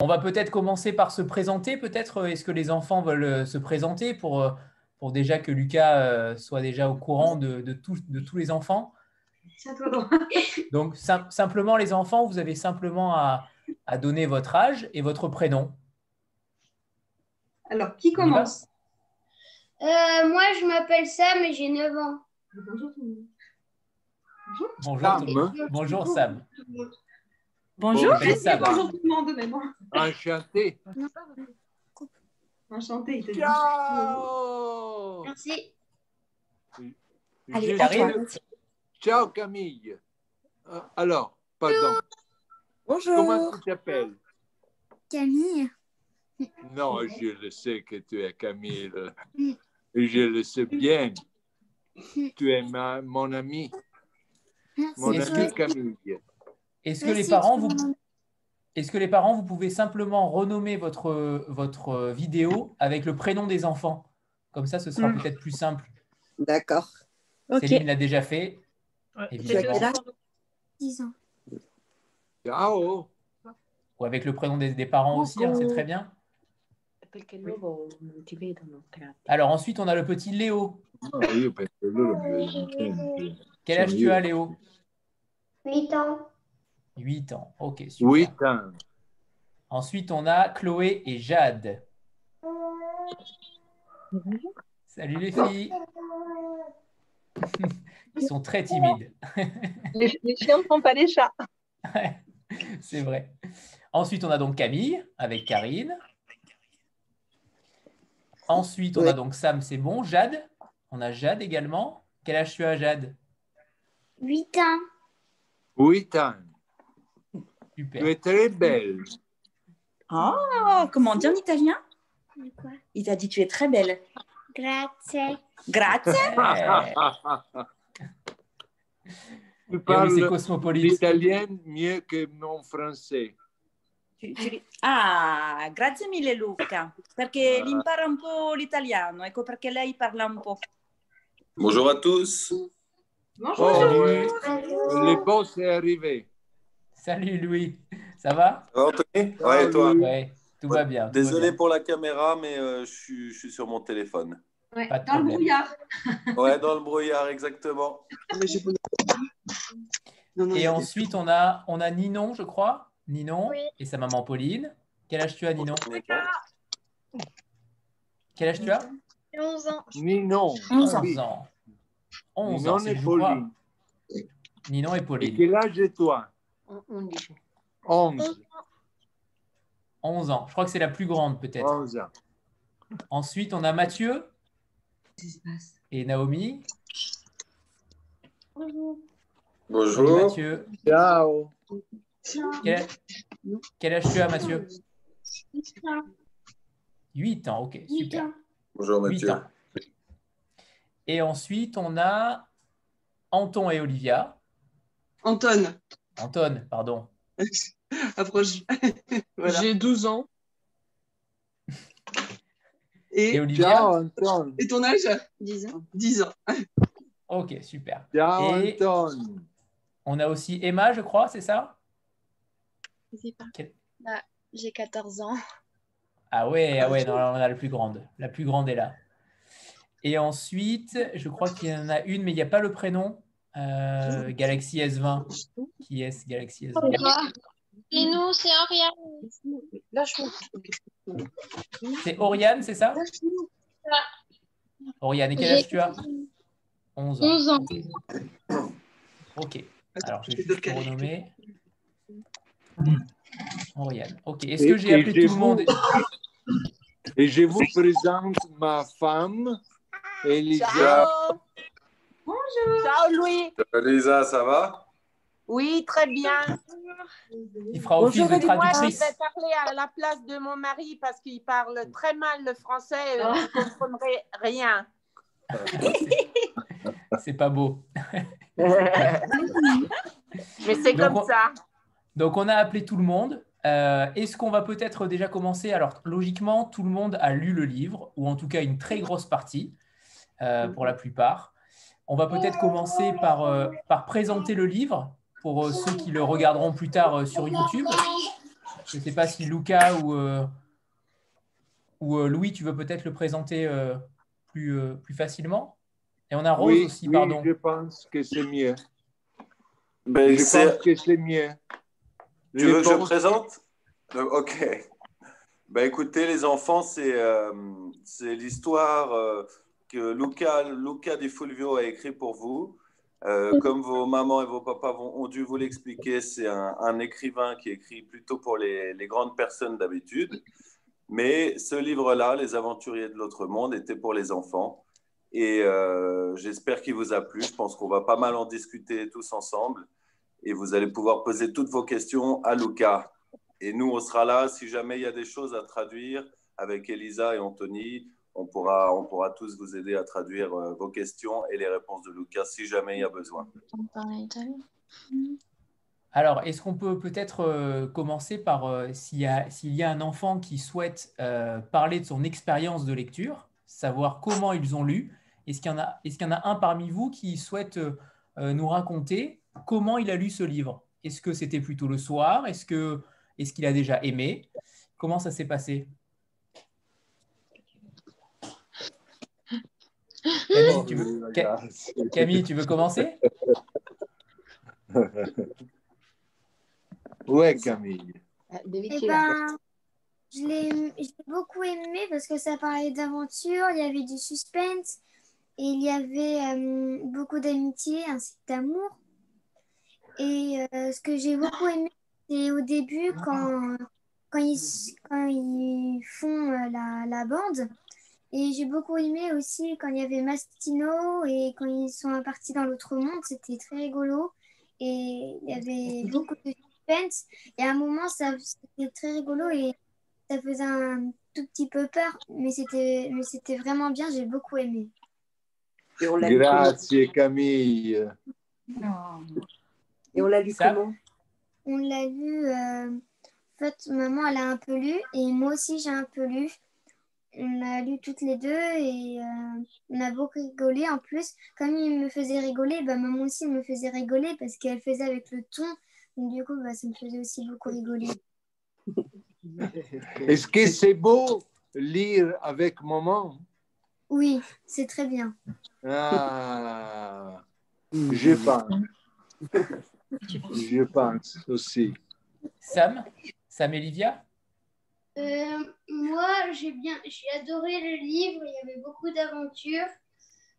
On va peut-être commencer par se présenter. Peut-être Euh, est-ce que les enfants veulent euh, se présenter pour, euh, pour déjà que Lucas euh, soit déjà au courant de, de, tout, de tous les enfants Donc sim simplement les enfants, vous avez simplement à, à, donner votre âge et votre prénom. Alors, qui commence euh, Moi, je m'appelle Sam et j'ai 9 ans. Bonjour tout le monde. Bonjour, Sam. Bonjour, bonjour Sam. Bonjour, Sam. bonjour tout le monde. Mais bon. Enchanté. Enchanté, il te dit. Ciao Merci. Allez, Karine. Ciao Camille. Euh, alors, pardon. Bonjour. Comment tu t'appelles Camille. Non, je le sais que tu es Camille. Je le sais bien. Tu es ma, mon ami. Merci. Mon Est-ce ami que- Camille. Est-ce que Merci, les parents tout vous le monde. est-ce que les parents vous pouvez simplement renommer votre votre vidéo avec le prénom des enfants Comme ça, ce sera peut-être plus simple. D'accord. Céline l'a déjà fait. Ouais, Évidemment. c'était aussi Là. pour nous. 10 ans. Ciao. Ou avec le prénom des, des parents aussi, hein, c'est très bien. Perché il nuovo non ti vedono, grazie. Alors ensuite, on a le petit Léo. Ah oui, parce que là, le vieux, Quel âge tu as, Léo 8 ans. 8 ans. Ok, super. Huit ans. Ensuite, on a Chloé et Jade. Salut les filles. Ils sont très timides. Les, les chiens ne font pas les chats. C'est vrai. Ensuite, on a donc Camille avec Karine. Ensuite, on a Ouais. donc Sam, c'est bon. Jade, on a Jade également. Quel âge tu as, Jade 8 ans. Huit ans. Super. Tu es très belle. Ah, comment on dit en italien Quoi Il t'a dit tu es très belle. Grazie. Grazie. Eh, Tu eh oui, c'est parles cosmopolite. l'italien mieux que mon français. Tu- tu- Ah, grazie mille Luca, perché impara un po' l'italiano, ecco perché lei parla un po'. Bonjour à tous. Bonjour. Oh, oui, le boss est arrivé. Salut Louis, ça va Ça va, Anthony Ouais, et toi Ouais, tout va bien. tout va Désolé bien. pour la caméra, mais euh, je, suis, je suis sur mon téléphone. Ouais, pas de Dans le problème. brouillard. Ouais, dans le brouillard, exactement. Et ensuite, on a, on a Ninon, je crois. Ninon Oui. et sa maman Pauline. Quel âge tu as, Ninon On est bon. Quel âge tu as 11 ans. Ninon. 11 ans. 11 ans. 11 ans, Ninon c'est et je crois. Pauline. Ninon et Et Pauline. quel âge est toi On- on dice. 11. 11 ans. Je crois que c'est la plus grande, peut-être. 11 ans. Ensuite, on a Mathieu et Naomi. Salut, Bonjour. Mathieu. Ciao. Quel, quel âge tu as, Mathieu 8 ans, ok, super. Bonjour 8 Mathieu. ans. Et ensuite, on a Anton et Olivia. Anton, Anton, pardon. approche. Voilà. J'ai 12 ans. Et, Et Olivia. Ciao Anton. et ton âge 10 ans. 10 ans. Ok, super. Ciao Et- Anton. On a aussi Emma, je crois, c'est ça Quel- J'ai 14 ans. Ah ouais, ah ouais, non, là, on a la plus grande. La plus grande est là. Et ensuite, je crois qu'il y en a une, mais il n'y a pas le prénom. Euh, Galaxy S20. Qui est Galaxy Oh, S20 Oh, Et nous, c'est Auriane. Lâche-moi. C'est Oriane, c'est ça Oriane, et quel âge tu as 11 ans. 11 ans. Ok. Alors, je Je vais vais juste le caler. renommer. Oriane. Ok. Est-ce que Et- j'ai et appelé tout j'ai le monde Et je vous présente ma femme, Elisa. Ciao. Bonjour. Ciao Louis. Euh, Lisa, ça va Oui, très bien. Il fera office Bonjour, de et moi je traductrice. vais parler à la place de mon mari parce qu'il parle très mal le français et Ah. Oh. je ne comprendrai rien. C'est pas beau. Mais c'est Donc, comme on- ça. Donc, on a appelé tout le monde. Euh, Est-ce qu'on va peut-être déjà commencer Alors, logiquement, tout le monde a lu le livre, ou en tout cas une très grosse partie, euh, pour la plupart. On va peut-être commencer par, euh, par présenter le livre pour euh, ceux qui le regarderont plus tard euh, sur YouTube. Je ne sais pas si Luca ou, euh, ou euh, Louis, tu veux peut-être le présenter euh, plus, euh, plus facilement. Et on a Rose oui, aussi, oui, pardon. je pense que c'est mieux. Ben, je c'est- pense que c'est mieux. Tu veux que je pense- présente Euh, Ok. Bah, écoutez, les enfants, c'est euh, c'est l'histoire euh, que Luca, Luca Di Fulvio a écrit pour vous. Euh, comme vos mamans et vos papas vont- ont dû vous l'expliquer, c'est un, un écrivain qui écrit plutôt pour les, les grandes personnes d'habitude. Mais ce livre-là, Les Aventuriers de l'Autre Monde, était pour les enfants. Et euh, j'espère qu'il vous a plu. Je pense qu'on va pas mal en discuter tous ensemble et vous allez pouvoir poser toutes vos questions à Luca. Et nous, on sera là. Si jamais il y a des choses à traduire avec Elisa et Anthony, on pourra, on pourra tous vous aider à traduire euh, vos questions et les réponses de Luca si jamais il y a besoin. Ah, Alors, est-ce qu'on peut peut-être euh, commencer par euh, s'il y, a- s'il y a un enfant qui souhaite euh, parler de son expérience de lecture, savoir comment ils ont lu Est-ce qu'il y, en a- est-ce qu'il y en a un parmi vous qui souhaite euh, euh, nous raconter comment il a lu ce livre Est-ce que c'était plutôt le soir Est-ce que- est-ce qu'il a déjà aimé Comment ça s'est passé Oh, Camille, tu veux, Ca- Camille, tu veux commencer Ouais, Camille. Eh ben, je l'ai j'ai beaucoup aimé parce que ça parlait d'aventure, il y avait du suspense et il y avait euh, beaucoup d'amitié ainsi que d'amour. Et euh, ce que j'ai beaucoup aimé, c'est au début quand, quand, ils, quand ils font euh, la, la bande. Et j'ai beaucoup aimé aussi quand il y avait Mastino et quand ils sont partis dans l'autre monde, c'était très rigolo. Et il y avait beaucoup de suspense. Et à un moment, ça c'était très rigolo et ça faisait un tout petit peu peur, mais c'était mais c'était vraiment bien, j'ai beaucoup aimé. Et on l'a lu comment Grazie, Camille. Et on l'a lu Ça- comment On l'a lu, euh, en fait, maman, elle a un peu lu et moi aussi, j'ai un peu lu. On a lu toutes les deux et euh, on a beaucoup rigolé. En plus, comme il me faisait rigoler, bah, maman aussi elle me faisait rigoler parce qu'elle faisait avec le ton. Donc, du coup, bah, ça me faisait aussi beaucoup rigoler. Est-ce que c'est beau lire avec maman Oui, c'est très bien. Ah, je pense. Je pense aussi. Sam Sam et Livia Euh, moi, j'ai bien, j'ai adoré le livre. Il y avait beaucoup d'aventures,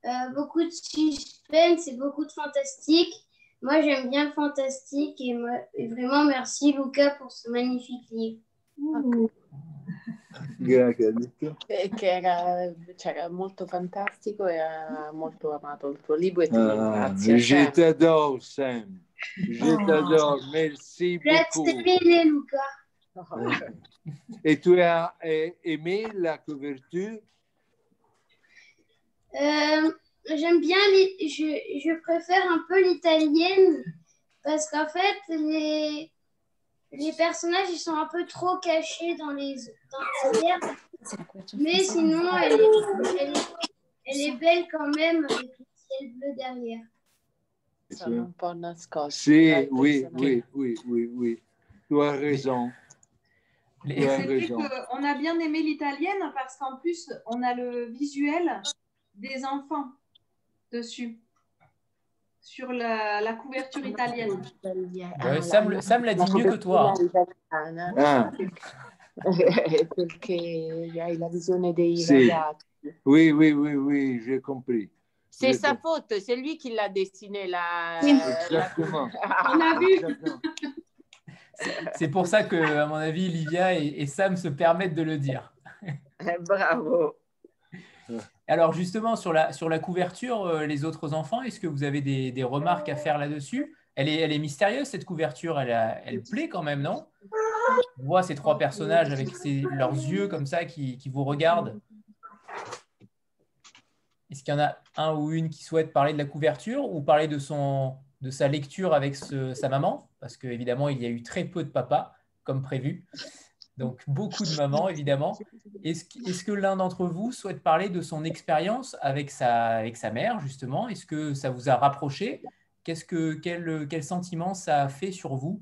euh, beaucoup de suspense et beaucoup de fantastique. Moi, j'aime bien le fantastique et, moi- et vraiment merci Luca pour ce magnifique livre. Grazie. Eh, Che era, cioè, era molto fantastico e ha molto amato il tuo libro e ti Ah, Oh. ringrazio. je Cioè, t'adore, Sam. Je t'adore. Merci beaucoup. terminé, Luca. Et tu as euh, aimé la couverture Euh, j'aime bien, l'i- je, je préfère un peu l'italienne parce qu'en fait, les, les personnages ils sont un peu trop cachés dans les dans les herbes. Mais sinon, elle est, elle est- elle est belle quand même avec le ciel bleu derrière. sono un po' nascosto. Si, oui, oui, oui, oui, oui. Tu as raison. Les- Tu as C'est vrai raison. qu'on a bien aimé l'italienne parce qu'en plus, on a le visuel des enfants dessus, sur la, la couverture italienne. Ouais, Sam, le- Sam l'a dit mieux que toi. hein. Ah, perché hai la visione dei Sì. ragazzi. oui, oui, oui, oui, j'ai compris. C'est sa faute, c'est lui qui l'a dessiné la. Ah, Exactement. On a vu Exactement. C'est pour ça que, à mon avis, Livia et, et Sam se permettent de le dire. Eh, bravo. Alors justement, sur la, sur la couverture, euh, les autres enfants, est-ce que vous avez des, des remarques à faire là-dessus elle est, elle est mystérieuse, cette couverture. Elle, a- elle plaît quand même, non On voit ces trois personnages avec ces- leurs yeux comme ça qui, qui vous regardent. Est-ce qu'il y en a un ou une qui souhaite parler de la couverture ou parler de, son, de sa lecture avec ce- sa maman Parce qu'évidemment, il y a eu très peu de papas, comme prévu. Donc, beaucoup de mamans, évidemment. Est-ce que, est-ce que l'un d'entre vous souhaite parler de son expérience avec sa, avec sa mère, justement Est-ce que ça vous a rapproché Qu'est-ce que, quel, quel sentiment ça a fait sur vous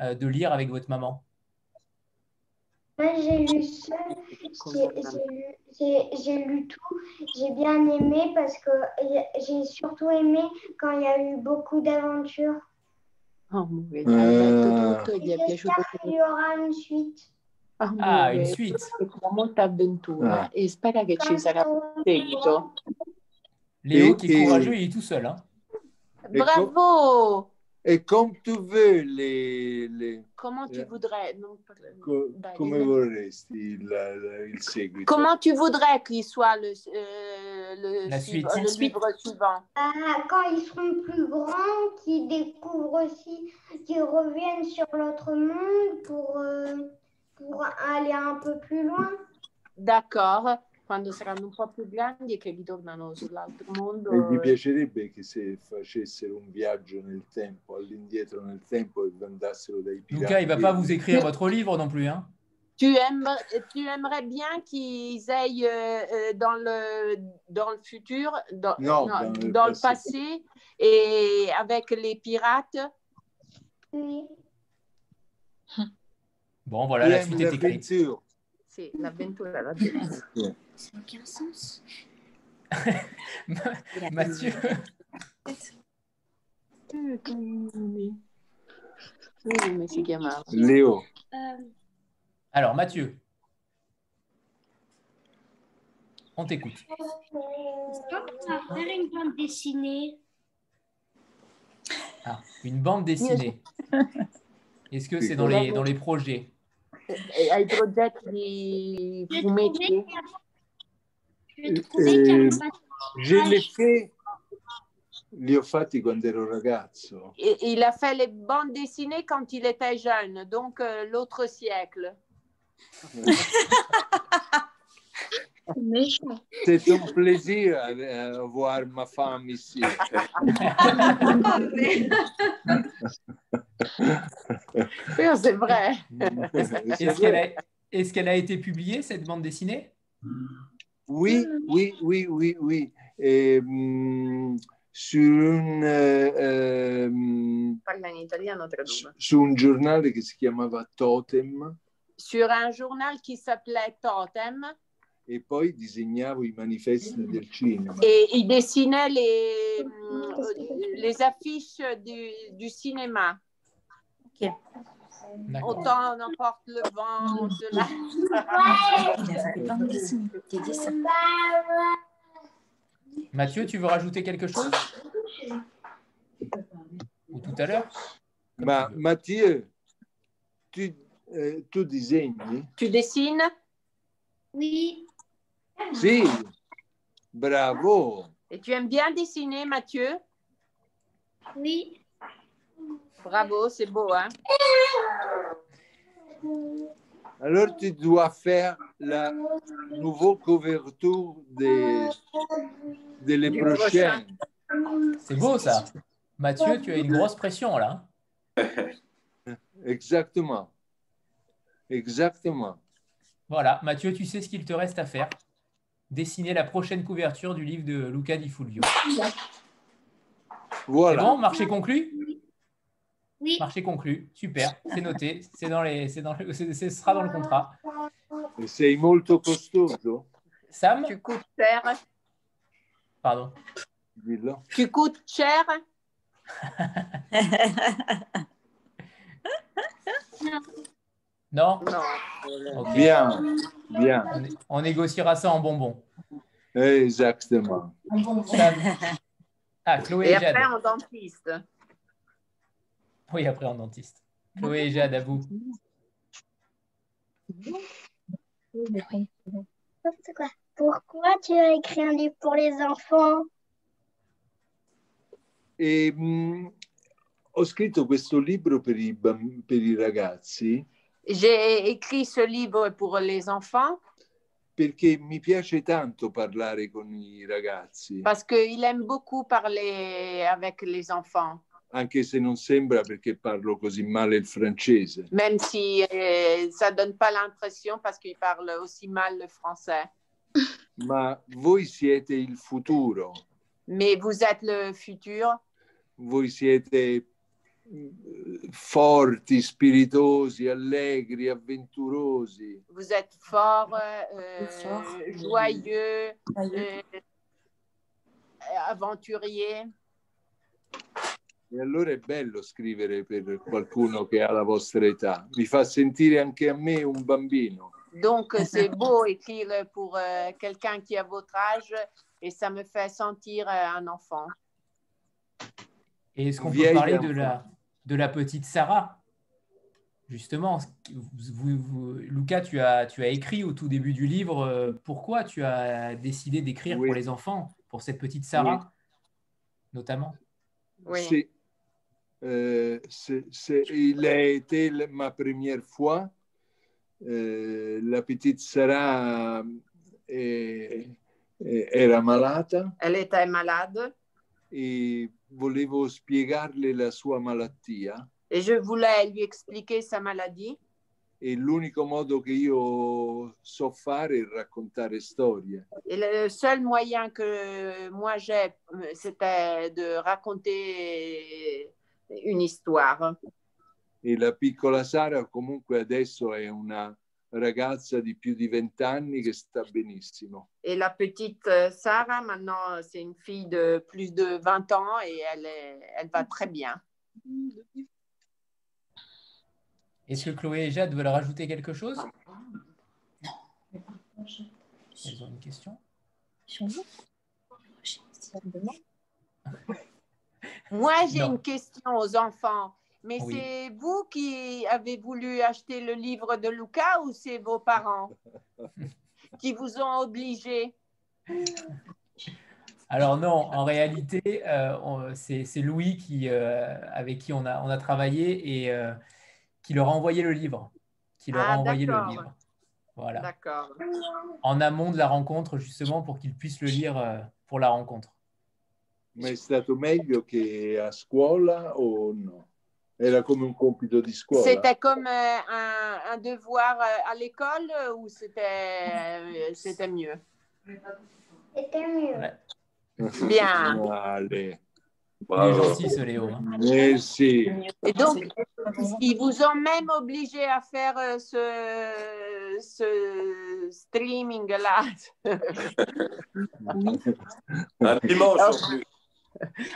euh, de lire avec votre maman Moi, j'ai lu ça, j'ai- j'ai lu- j'ai- j'ai lu tout. J'ai bien aimé parce que euh, j'ai surtout aimé quand il y a eu beaucoup d'aventures. Oh, mon Dio, Euh, Ah. bah, ha detto tutto e gli è piaciuto J'espère qu'il y aura une suite. amore. Ah, in suite. C'era molta avventura Ah. e spera che ci sarà un seguito. Léo qui Et- est et- courageux, il est tout seul. hein. Et com- Bravo Et comme tu veux, les, les, Comment tu Yeah. voudrais non, par- co- Dai, come Lina. vorresti il, la- il seguito? Comment tu voudrais qu'il soit le, euh, le, La suivant- suite. le La suite. livre suivant Ah, quand ils seront plus grands, qu'ils découvrent aussi, qu'ils reviennent sur l'autre monde pour, euh, pour aller un peu plus loin. D'accord. Quando saranno un po' più grandi e che ritornano sull'altro mondo. E gli piacerebbe che se facessero un viaggio nel tempo, all'indietro nel tempo e andassero dai pirati. Lucas, il va pas vous écrire votre livre non plus. hein. Tu, aimes, tu aimerais bien qu'ils aillent euh, euh, dans, le, dans le futur, dans, Non, non, dans le dans le passé. passé, et avec les pirates. Oui. Bon, voilà, Il la aime suite est écrite. l'avventure. Sì, l'avventura, l'avventura. Ça n'a aucun sens. Mathieu. Come si chiamava? Léo. Alors, Mathieu, on t'écoute. Donc, on va faire une bande dessinée. Ah, une bande dessinée. Est-ce que c'est dans les, dans les projets Eh, Ai progetti di Je fumetti? trouvais qu'il y a- je trouvais qu'il y avait Eh, pas de Je l'ai page. fait, li ho fatti quando ero ragazzo. Et- Il a fait les bandes dessinées quand il était jeune, donc euh, l'autre siècle. C'est un plaisir à, à voir ma femme ici. Oui, c'est vrai. Est-ce qu'elle a, est-ce qu'elle a été publiée, cette bande dessinée Oui, oui, oui, oui, oui. Et, hum, sur, une, euh, hum, Parla in italiano, traduco. su un giornale che si chiamava Totem Sur un journal qui s'appelait Totem, e poi disegnavo i manifesti del cinema. et il dessinait les, mm, les affiches du, du cinéma. D'accord. Autant n'emporte le vent, cela. Mathieu, tu veux rajouter quelque chose Ou tout à l'heure Ma Mathieu, tu, eh, tu disegni? Tu dessines Oui. Sì, bravo. Et tu aimes bien dessiner, Mathieu Oui. Bravo, c'est beau, hein Alors tu dois faire la nouvelle couverture des, des les Du prochaines. C'est beau ça. Mathieu, tu as une grosse pression là. Exactement. Exactement. Voilà, Mathieu, tu sais ce qu'il te reste à faire. Dessiner la prochaine couverture du livre de Luca Di Fulvio. Voilà. C'est bon, marché conclu Oui. Marché conclu, super, c'est noté, c'est dans les, c'est dans le- c'est- ce sera dans le contrat. E Sei molto costoso? Sam, Tu coûtes cher. pardon. Dillo. Tu coûtes cher Non Non. Ok. Bien, bien. On, né- on négociera ça en bonbon. Eh, Exactement. Sam. Ah, Chloé Et et Jade. après, en dentiste. Oui, après en dentiste. Chloé et Jade, à vous. N'importe quoi. Pourquoi tu as écrit un livre pour les enfants E, mh, ho scritto questo libro per i, bam- per i ragazzi J'ai écrit ce livre pour les enfants perché mi piace tanto parlare con i ragazzi, parce qu'il aime beaucoup parler avec les enfants, anche se non sembra perché parlo così male il francese. même si euh, ça donne pas l'impression parce qu'il parle aussi mal le français. Ma voi siete il futuro, Mais vous êtes le futur, voi siete mm, forti, spiritosi, allegri, avventurosi. Vous êtes fort, euh, joyeux, euh, aventurier. E allora è bello scrivere per qualcuno che ha la vostra età. Mi fa sentire anche a me un bambino. Donc, c'est beau écrire pour euh, quelqu'un qui a votre âge et ça me fait sentir euh, un enfant. Et est-ce qu'on peut Vieille parler enfant. de la, de la petite Sarah Justement, ce qui- vous- vous- Lucas, tu as, tu as écrit au tout début du livre euh, pourquoi tu as décidé d'écrire pour les enfants, pour cette petite Sarah, notamment. Sì. Euh, c'est- c'est- il a été le- ma première fois. Euh, la petite Sarah eh, eh, era malata Elle était malade e volevo spiegarle la sua malattia et je voulais lui expliquer sa maladie. e l'unico modo che io so fare è raccontare storie. Et le seul moyen que moi j'ai, euh, c'était de raconter une histoire. E la piccola Sara comunque adesso è una ragazza di più di vent'anni che sta benissimo. Et la petite euh, Sarah, maintenant, c'est une fille de plus de 20 ans et elle, est- elle va très bien. Est-ce que Chloé et Jade veulent rajouter quelque chose Elles ont une question Moi, j'ai Non. une question aux enfants. Mais Oui. c'est vous qui avez voulu acheter le livre de Lucas ou c'est vos parents Ah. qui vous ont obligé Alors non, en réalité, euh, on- c'est c'est Louis qui, euh, avec qui on a, on a travaillé et euh, qui leur a envoyé le livre. Qui leur a Ah, envoyé le d'accord. livre. Voilà. D'accord. En amont de la rencontre, justement, pour qu'ils puissent le lire euh, pour la rencontre. Ma è stato meglio che a scuola o no? Era come un compito di scuola. C'était comme euh, un, un devoir euh, à l'école euh, ou c'était euh, c'était mieux C'était mieux. Bien. Male. Il est gentil ce Léo. hein. Eh sì, Et donc, ils vous ont même obligé à faire euh, ce, ce streaming-là. Un dimanche en plus.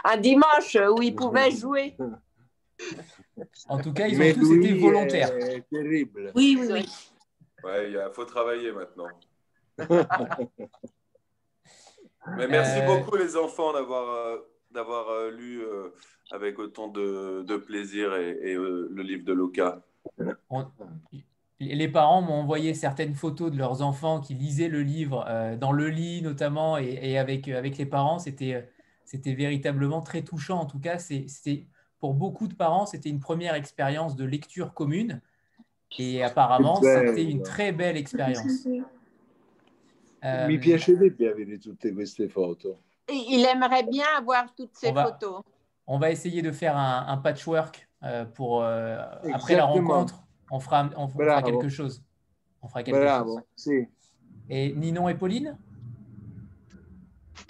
Un dimanche où ils pouvaient jouer. En tout cas, ils ont Mais tous été lui volontaires. È terribile. Oui, oui, oui. Ouais, il y a- faut travailler maintenant. Mais merci Euh, beaucoup les enfants d'avoir euh, d'avoir euh, lu euh, avec autant de, de plaisir et, et, euh, le livre de Luca. On- les les parents m'ont envoyé certaines photos de leurs enfants qui lisaient le livre euh, dans le lit notamment et, et avec, euh, avec les parents. C'était, euh, c'était véritablement très touchant. En tout cas, c'est, c'est- pour beaucoup de parents, c'était une première expérience de lecture commune. Et apparemment, C'est c'était bello. une très belle expérience. Euh, Mi piacerebbe avere tutte queste foto. Et Il aimerait bien avoir toutes ces On va- photos. on va essayer de faire un, un patchwork euh, pour, euh, après la Exactement. rencontre. On fera, on, fera Bravo. quelque chose. On fera quelque chose. Bravo, sì. Et Ninon et Pauline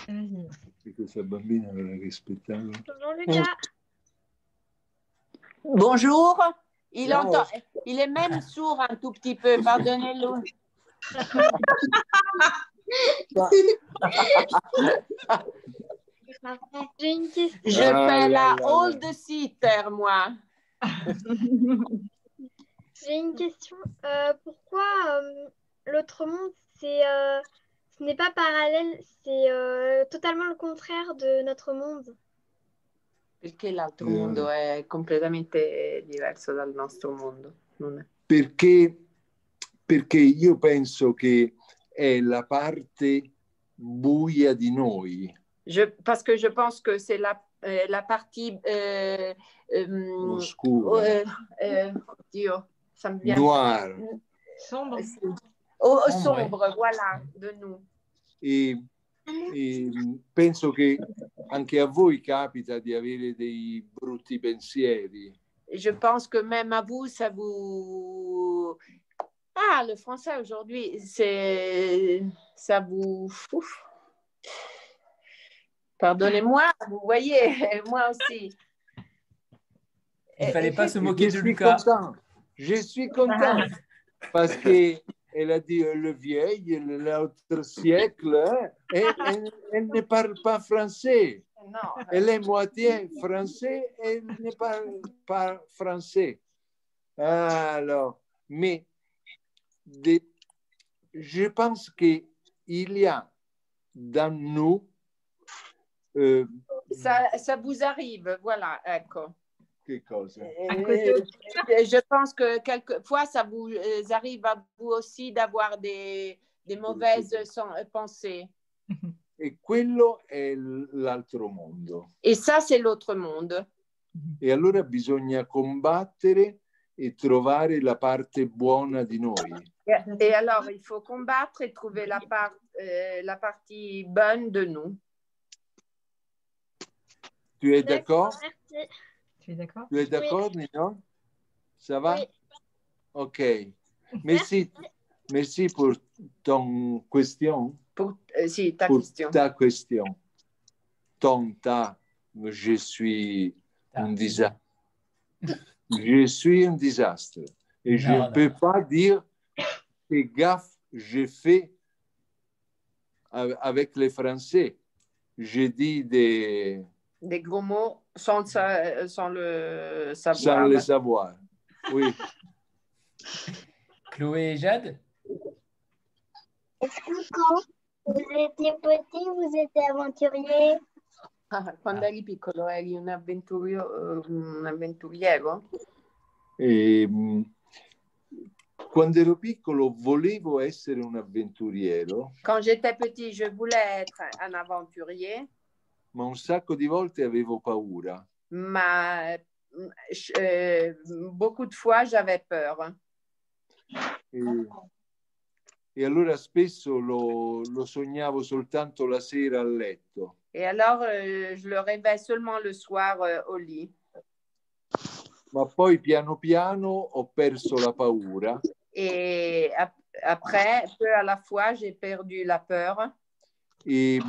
E Questa bambina verrà rispettata. Mm. Bonjour. Il, Ciao. entend, il est même sourd un tout petit peu, pardonnez-le. J'ai une question. Je Ah fais là là la old sitter, moi. J'ai une question. Euh, pourquoi euh, l'autre monde, c'est, euh, ce n'est pas parallèle, c'est euh, totalement le contraire de notre monde. Perché l'altro mondo è completamente diverso dal nostro mondo. Non è- Perché, perché io penso che è la parte buia di noi. Je, parce que je pense que c'est la, euh, la partie... euh, euh, Oscura. euh, euh, Dio, ça me vient. Noir. Sombre. Oh, oh, Sombre, ouais. sombre, voilà, de nous. e, e penso che anche a voi capita di avere dei brutti pensieri. Et Je pense que même à vous, ça vous... Ah, le français aujourd'hui, c'est... Ça vous... Ouf. Pardonnez-moi, vous voyez, moi aussi. Il fallait pas se moquer Eh, je de suis Lucas. content. Je suis content parce qu'elle a dit euh, le vieil, l'autre siècle, hein, et elle, elle ne parle pas français. Elle est moitié français et elle ne parle pas français. Alors, mais des- je pense qu'il y a dans nous euh, Ça, ça vous arrive, voilà, ecco. che cosa? Euh, je pense que quelquefois, ça vous euh, arrive à vous aussi d'avoir des, des mauvaises sen- pensées. E quello è l- l'altro mondo. Et ça, c'est l'autre monde. E allora bisogna combattere e trovare la parte buona di noi. Et alors, il faut combattre et trouver la, part, euh, la partie bonne de nous. Tu es d'accord? Tu es d'accord Tu es d'accord, Nino? Ça va? Ok. Merci. Merci pour ton question. Pour, euh, si, ta pour question. ta question. Ton, ta, je suis un désastre. Je suis un désastre. Et je Non, ne non, peux pas dire, fais gaffe, j'ai fait av- avec les Français. J'ai dit des... Des gros mots sans, le sa- sans le sans savoir. le savoir. Oui. Chloé et Jade Est-ce que quand vous étiez petit, vous étiez aventurier Ah, Quando eri piccolo eri un, avventurio- un avventuriero? E, mh, Ehm, quando ero piccolo volevo essere un avventuriero, Quand j'étais petit, je voulais être un aventurier, ma un sacco di volte avevo paura. mais euh, beaucoup de fois, j'avais peur. E, e allora spesso lo, lo sognavo soltanto la sera a letto. Et alors, euh, je le rêvais seulement le soir euh, au lit. Ma poi piano piano ho perso la paura Et ap- après, peu à la fois, j'ai perdu la peur. e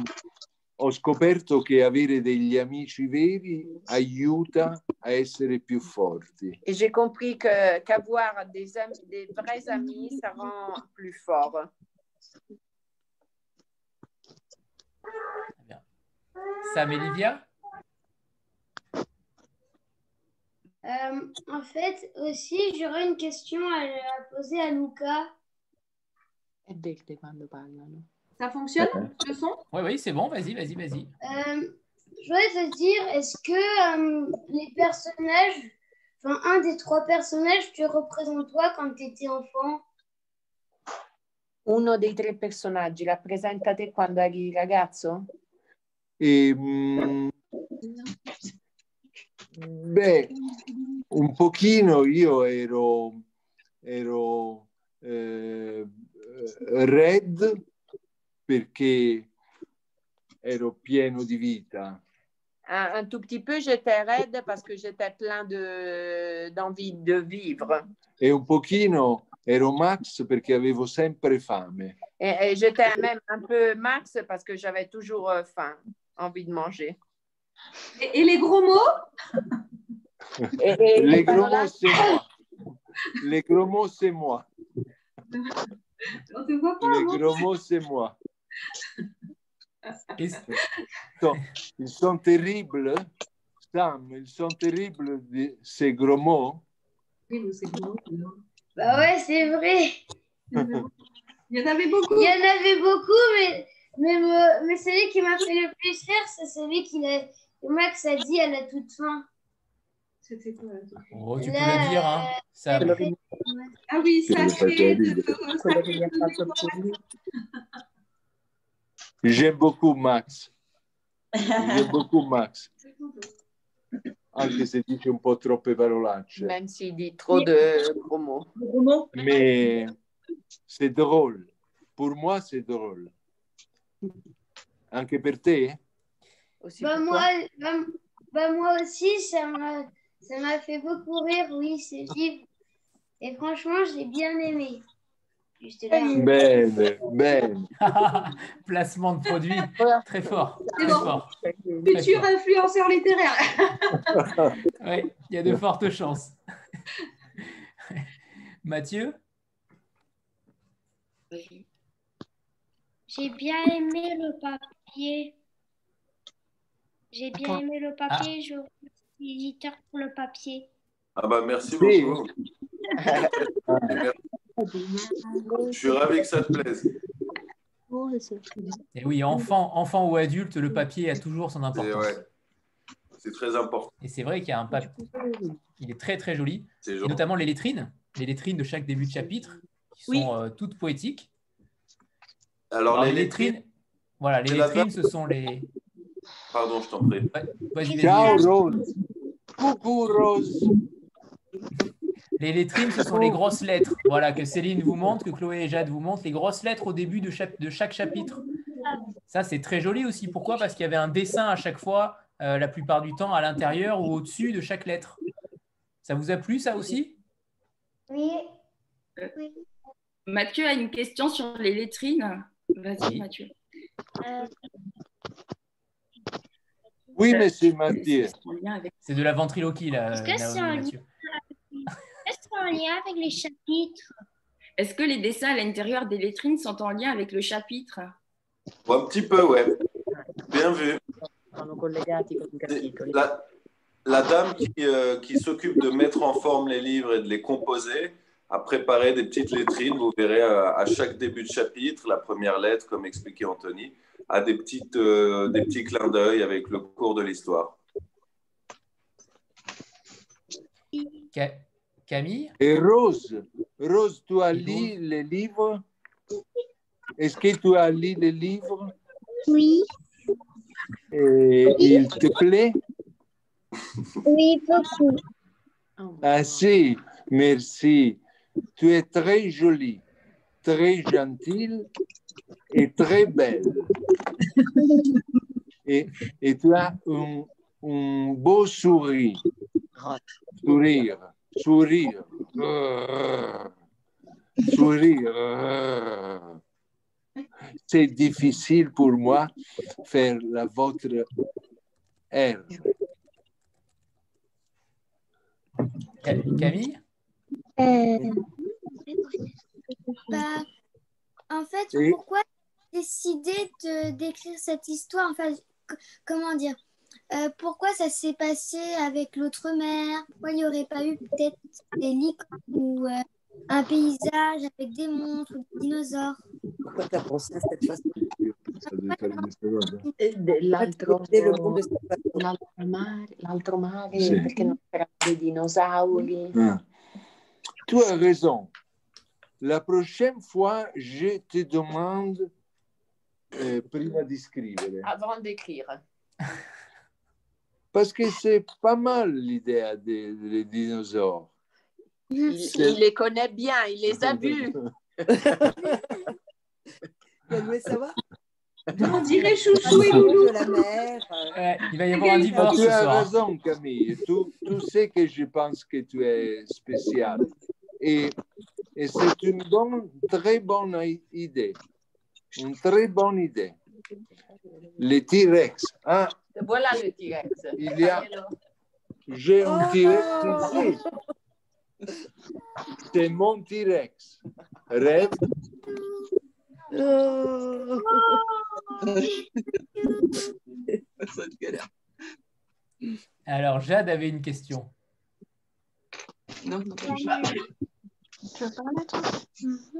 ho scoperto che avere degli amici veri aiuta a essere più forti. Et j'ai compris que- qu'avoir des, am- des vrais amis, ça rend plus fort. Sam et Livia Euh, en fait, aussi, j'aurais une question à, à poser à Luca. Ça fonctionne le son Oui, oui, c'est bon, vas-y, vas-y, vas-y. Euh, je voulais te dire, est-ce que euh, les personnages, enfin un des trois personnages, tu représentes toi quand tu étais enfant Uno dei tre personaggi rappresenta te quando eri ragazzo? E, mh, Ehm, beh, un pochino io ero, ero eh, red perché ero pieno di vita. Un, un tout petit peu, j'étais raide parce que j'étais plein de- d'envie de vivre. e un pochino ero Max perché avevo sempre fame. Et, et j'étais même un peu max parce que j'avais toujours euh, faim, envie de manger. Et, et les gros mots Le Eh, les gros mots, c'est moi. Le gros mots, c'est moi. On te voit pas. hein? Le moi. gros mots, c'est moi. Ils sont, ils sont terribles, Sam, ils sont terribles, di- ces gros mots. Bah ouais, c'est vrai. Il y en avait beaucoup. Il y en avait beaucoup, mais, mais, me- mais celui qui m'a fait le plus rire, c'est celui qui a, Max a dit à la toute fin. C'était quoi la toute fin Oh, tu peux Là, le dire, hein, Sam. Ah oui, Quello che sacré faceva de, ridere. euh, sacré de- J'aime beaucoup Max. J'aime beaucoup Max, Ah, anche se dice un po' troppe parolacce. Même s'il dit trop de gros mots. Mais c'est drôle. Pour moi, c'est drôle. Anche per te? Bah moi, bah, bah moi aussi, ça m'a ça m'a fait beaucoup rire, oui, ce livre. Et franchement, j'ai bien aimé. Ben, Bene, bene. Placement de produit, très fort. C'est Très bon. fort. Très Futur fort. influenceur littéraire. Oui, il y a de fortes chances. Mathieu J'ai bien aimé le papier. J'ai bien Attends. Ah. aimé le papier. Je remercie l'éditeur pour le papier. Ah bah merci Si. beaucoup. Je suis ravi que ça te plaise. Et Eh oui, enfant, enfant ou adulte, le papier a toujours son C'est importance. ouais. C'est très important. Et c'est vrai qu'il y a un papier. Il est très très joli. C'est Et joli. notamment les lettrines, les lettrines de chaque début de chapitre, qui sont Oui. euh, toutes poétiques. Alors, Alors, les les lettrines, Voilà, les c'est la lettrines, ce base. sont les. Pardon, je t'en prie. Vas-y, vas-y. Ciao Rose. Coucou Rose. Les lettrines, ce sont les grosses lettres. Voilà, que Céline vous montre, que Chloé et Jade vous montrent, les grosses lettres au début de chaque, de chaque chapitre. Ah, Ça, c'est très joli aussi. Pourquoi Parce qu'il y avait un dessin à chaque fois, euh, la plupart du temps, à l'intérieur ou au-dessus de chaque lettre. Ça vous a plu, ça aussi Oui. Mathieu a une question sur les lettrines. Vas-y, Oui. Mathieu. Euh, Oui, monsieur Mathieu. C'est de la ventriloquie, là. Est-ce que Naomi c'est un Mathieu. Est-ce qu'il y a un lien avec les chapitres Est-ce que les dessins à l'intérieur des lettrines sont en lien avec le chapitre Un petit peu, ouais. Bien vu. Ah, La, la dame qui, euh, qui s'occupe de mettre en forme les livres et de les composer a préparé des petites lettrines. Vous verrez euh, à chaque début de chapitre, la première lettre, comme expliquait Anthony, a des, petites, euh, des petits clins d'œil avec le cours de l'histoire. Ca- Camille Et Rose, Rose, tu as lu les livres Est-ce que tu as lu les livres Oui. et il te plaît Oui, beaucoup. Ah si, merci. Tu es très jolie, très gentille et très belle. Et, et tu as un, un beau sourire. Sourire, sourire. Grrr. Sourire. Grrr. C'est difficile pour moi faire la votre R. Ca- Camille Euh, Bah, en fait, Et- pourquoi décider de d'écrire cette histoire Enfin, c- comment dire Euh, Pourquoi ça s'est passé avec l'outre-mer Pourquoi il n'y aurait pas eu peut-être des licornes ou euh, un paysage avec des monstres ou des dinosaures Pourquoi tu as pensé à cette façon Oh. Eh, de- L'altro, Dès le monde de cette façon. l'altro mare, l'altro mare Sì. perché non c'erano dei dinosauri. Ah. Tu as raison. La prochaine fois, je te demande, eh, prima di scrivere, Ah. Avant d'écrire. parce que c'est pas mal l'idée des, des dinosaures. Il, C'est- il les connaît bien, il les a vus. ça va On dirait Chouchou et Loulou. De la euh, mer. Euh, Il va y avoir un Tu as divorce ce soir. raison, Camille. Tu, tu sais que je pense que tu es spécial. Et, et c'est une bonne, très bonne i- idée. Une très bonne idée. Les T-Rex. hein? Voilà le T-Rex. Il y a- J'ai un T-Rex ici. C'est mon T-Rex. Rêve. Ça, je galère. Alors, Jade avait une question. Non, non, je- Mm-hmm.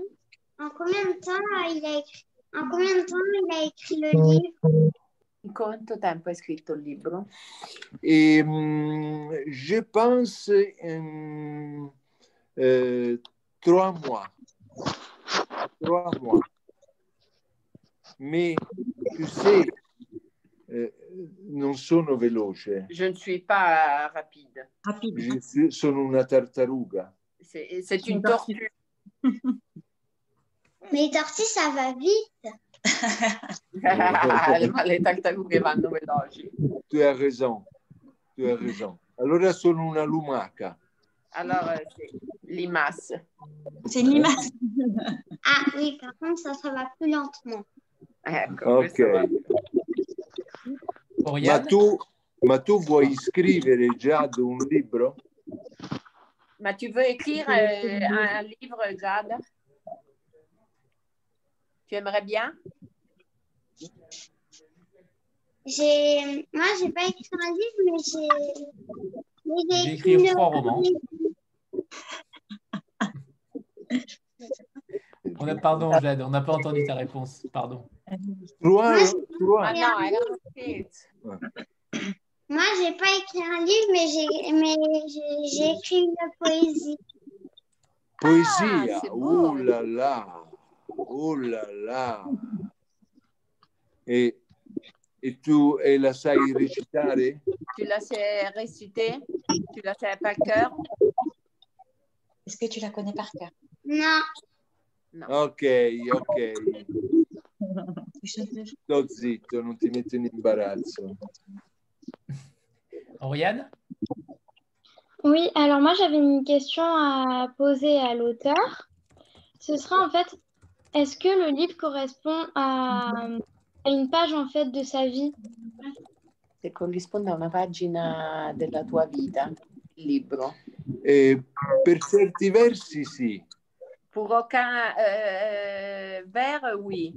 En combien de temps il a écrit, en combien de temps il a écrit le livre In quanto tempo hai scritto il libro? Et hum, je pense hum, euh, trois mois. Trois mois. Mais tu sais, euh, non sono veloce. Je ne suis pas euh, rapide. Je suis- sono una tartaruga. C'est c'est une tortue. Mais Tortue, ça va vite. Ma le tartarughe vanno veloci. Tu as raison. Tu as raison. Allora sono una lumaca. Alors, euh, c'est limace. C'est une limace. ah oui, par contre, ça, ça va plus lentement. Ok. Ma tu, ma tu vuoi scrivere già ad un libro? Mais tu veux écrire euh, un livre, Jade Tu aimerais bien J'ai, moi, j'ai pas écrit un livre, mais j'ai, mais J'ai écrit une- trois romans. On a, pardon, Jade, on n'a pas entendu ta réponse. Pardon. Trois, Ah non, elle a écrit. Moi, j'ai pas écrit un livre, mais j'ai, mais j'ai, j'ai écrit une poésie. Poesia, oh là là, oh là là. E, e tu e la sai recitare? Tu la sais réciter Tu la sais par cœur Est-ce que tu la connais par cœur Non. Ok, ok. Sto zitto, non ti metto in imbarazzo. Oriane Oui, alors moi j'avais une question à poser à l'auteur. Ce serait en fait, est-ce que le livre correspond à, à une page en fait de sa vie Se corrisponde a una pagina della tua vita, il libro. E per certi versi sì, Pour aucun euh, vers, oui.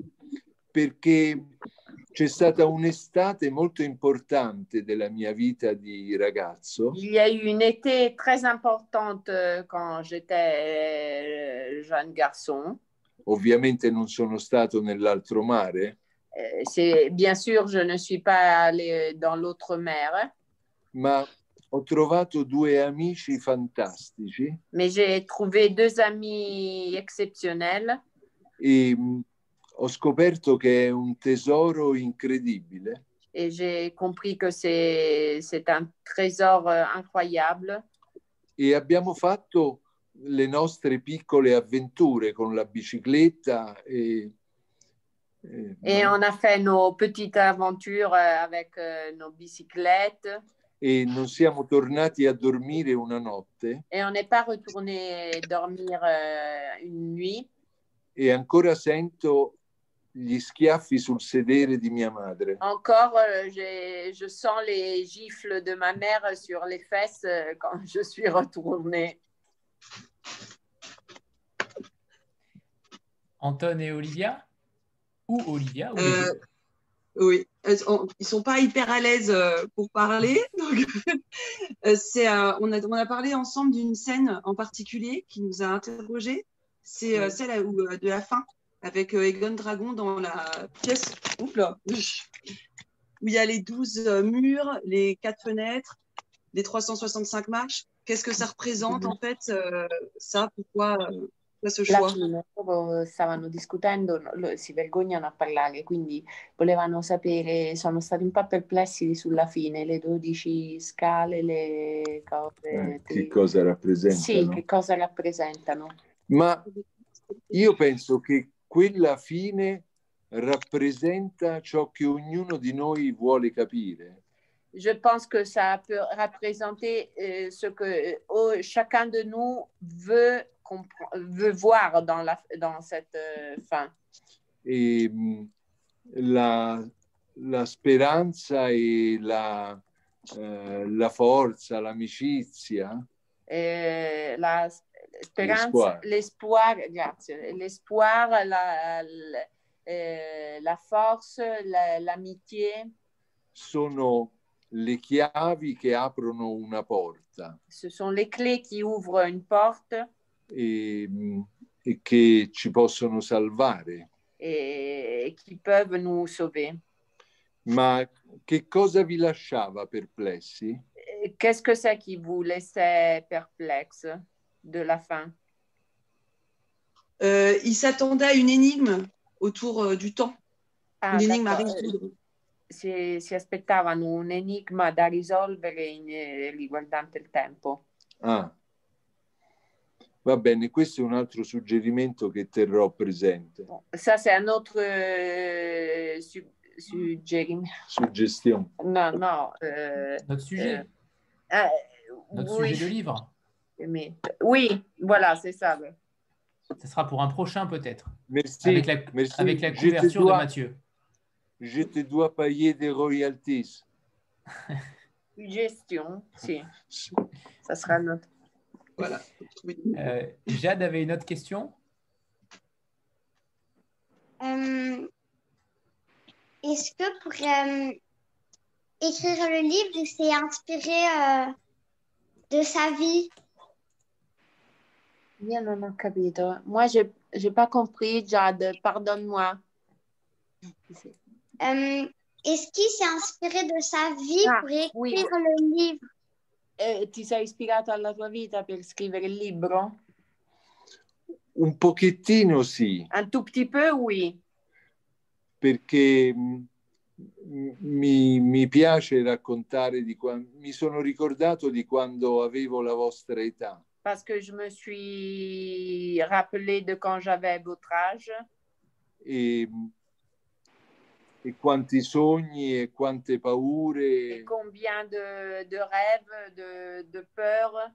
perché c'è stata un'estate molto importante della mia vita di ragazzo. Il y a eu une été très importante euh, quand j'étais euh, jeune garçon. Ovviamente non sono stato nell'altro mare, Euh, c'est- bien sûr, je ne suis pas allée dans l'autre mer, hein, ma ho trovato due amici fantastici mais j'ai trouvé deux amis exceptionnels e mh, ho scoperto che è un tesoro incredibile et j'ai compris que c'est c'est un trésor euh, incroyable. e abbiamo fatto le nostre piccole avventure con la bicicletta e, eh, e- Et on a fait nos petites aventures euh, avec euh, nos bicyclettes e non siamo tornati a dormire una notte et on n'est pas retourné dormir euh, une nuit. e ancora sento gli schiaffi sul sedere di mia madre. Encore, euh, j'ai- je sens les gifles de ma mère sur les fesses euh, quand je suis retournée. Anton et Olivia Ou Olivia ou les Euh, oui, Elles sont- ils sont pas hyper à l'aise euh, pour parler. donc, euh, c'est, euh, on, a, on a parlé ensemble d'une scène en particulier qui nous a interrogés. C'est euh, celle où, euh, de la fin, avec euh, Egon Dragon dans la pièce Oups là. où il y a les 12 euh, murs, les quatre fenêtres, les 365 marches. Qu'est-ce que ça Mhm. représente en fait, euh, ça Pourquoi, euh, pourquoi ce Alla choix fine loro stavano discutendo, lo- si vergognano a parlare, quindi volevano sapere, sono stati un po' perplessi sulla fine, le 12 scale, le cose, Eh, che cosa sì, rappresentano? che cosa rappresentano. Ma io penso che quella fine rappresenta ciò che ognuno di noi vuole capire. Je pense que ça peut représenter eh, euh, ce que euh, oh, au- chacun de nous veut, compre- veut voir dans, la, dans cette euh, fin. E, mh, la, la speranza e la, eh, la forza, l'amicizia, Euh, la speranza- L'espoir. l'espoir, grazie, l'espoir, la, l- euh, la force, la- l'amitié sono le chiavi che aprono una porta ce sont les clés qui ouvrent une porte e, mh, ehm, e che ci possono salvare. et qui peuvent nous sauver. Ma che cosa vi lasciava perplessi? Euh, Qu'est-ce que c'est qui vous laissait perplexe de la fin Euh, il s'attendait à une énigme autour euh, du temps. Ah, une énigme à d'accord. résoudre. Si, si aspettavano un enigma da risolvere in- eh, riguardante il tempo. Ah. Va bene, questo è un altro suggerimento che terrò presente. Ça, c'est un autre euh, su- suggerim- Suggestione. Non, non. euh, Notre sujet. euh, ah, Notre oui. sujet de livre. Mais oui, voilà, c'est ça. oui. Ce sera pour un prochain peut-être. Merci. Avec la, merci. avec la Je te couverture dois- de Mathieu. Je te dois payer des royalties. Gestion, si. Ça sera notre. Voilà. Euh, Jade avait une autre question Euh, Est-ce que pour euh, écrire le livre, il s'est inspiré euh, de sa vie Io non ho capito. Moi, j'ai j'ai pas compris, Jade. Pardonne-moi. Euh, Est-ce qu'il s'est inspiré de sa vie Ah, pour écrire le livre Euh, Eh, ti sei ispirato alla tua vita per scrivere il hein? libro? Un pochettino sì, Un tout petit peu, oui. perché mh, mi, mi piace raccontare di quando... Mi sono ricordato di quando avevo la vostra età. Parce que je me suis rappelée de quand j'avais votre âge. e, Ehm, e quanti sogni e quante paure Combien de, de rêves, de, de peurs.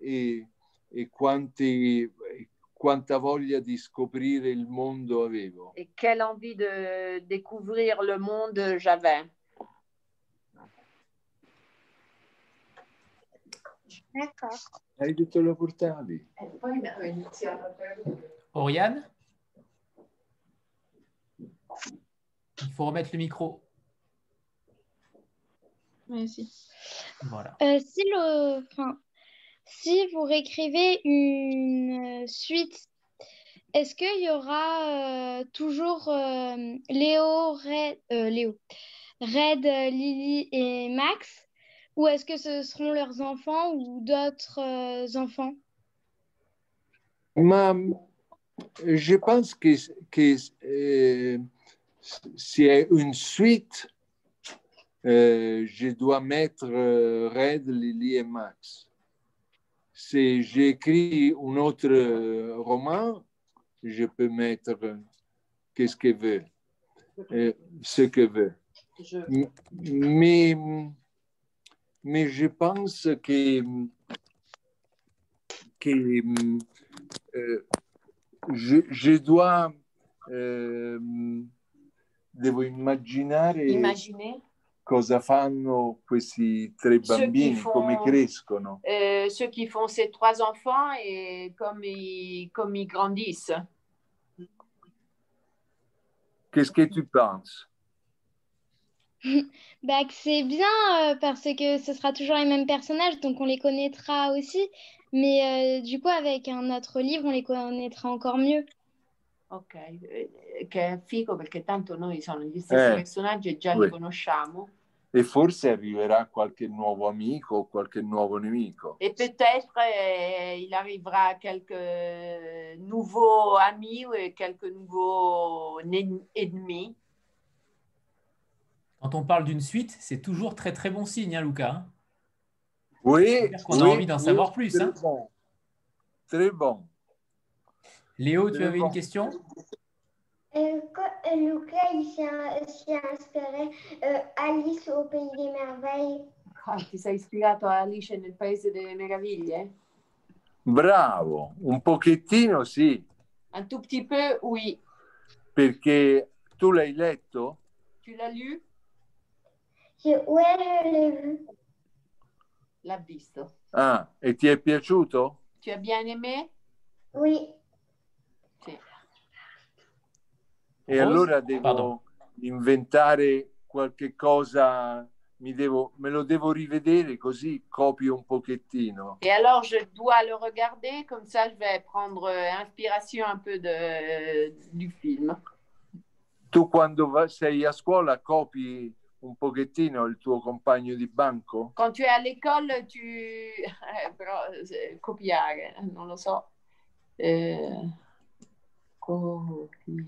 e, e quanti, e quanta voglia di scoprire il mondo avevo. Et quelle envie de découvrir le monde j'avais. D'accord. Hai detto lo portavi? hein. Oriane Il faut remettre le micro. Merci. Voilà. Euh, si, le, enfin, si vous réécrivez une euh, suite, est-ce qu'il y aura euh, toujours euh, Léo, Red, euh, Léo, Red, euh, Lily et Max Ou est-ce que ce seront leurs enfants ou d'autres euh, enfants Ma je pense che, che eh, c'est une suite. euh, je dois mettre euh, Red, Lily et Max. Si j'écris un autre euh, roman, je peux mettre euh, qu'est-ce que veut, euh, ce que veut. Mm. M- Mais, mais je pense que, que euh, je, je dois euh, devo immaginare Imaginez cosa fanno questi tre Ceux qui bambini, font- come crescono. euh, ceux qui font ces trois enfants et comme ils, comme ils grandissent. Qu'est-ce que tu penses? Bah, que c'est bien euh, parce que ce sera toujours les mêmes personnages, donc on les connaîtra aussi. Mais euh, du coup, avec un autre livre, on les connaîtra encore mieux. Ok, eh, che è figo perché tanto noi sono gli stessi Eh. personaggi e già Ui. li conosciamo. E forse arriverà qualche nuovo amico o qualche nuovo nemico. E Et peut-être euh, eh, il arrivera quelques nouveaux amis ou quelques nouveaux nen- ennemis. Quand on parle d'une suite, c'est toujours très très bon signe, hein, Lucas. hein. Oui, qu'on a oui, envie d'en oui, savoir plus, Très hein. bon. Très bon. Léo, tu Très avais bon. une question Euh, quand- euh, Lucas, il s'est in- s'est inspiré euh, Alice au pays des merveilles. Ah, ti sei ispirato a Alice nel Paese delle Meraviglie? Bravo, un pochettino sì, Un tout petit peu, oui. perché tu l'hai letto? Tu l'as lu Je- ouais, je l'ai vu. L'as visto. Ah, e ti è piaciuto? Tu as bien aimé Oui. E Rose? allora devo Pardon. inventare qualche cosa, mi devo- me lo devo rivedere così copio un pochettino. Et alors, je dois le regarder, comme ça, je vais prendre euh, inspiration un peu de, du film. Tu quando va- sei a scuola copi un pochettino il tuo compagno di banco? Quand tu es à l'école, tu. Però, euh, copiare, non lo so. Euh, copiare.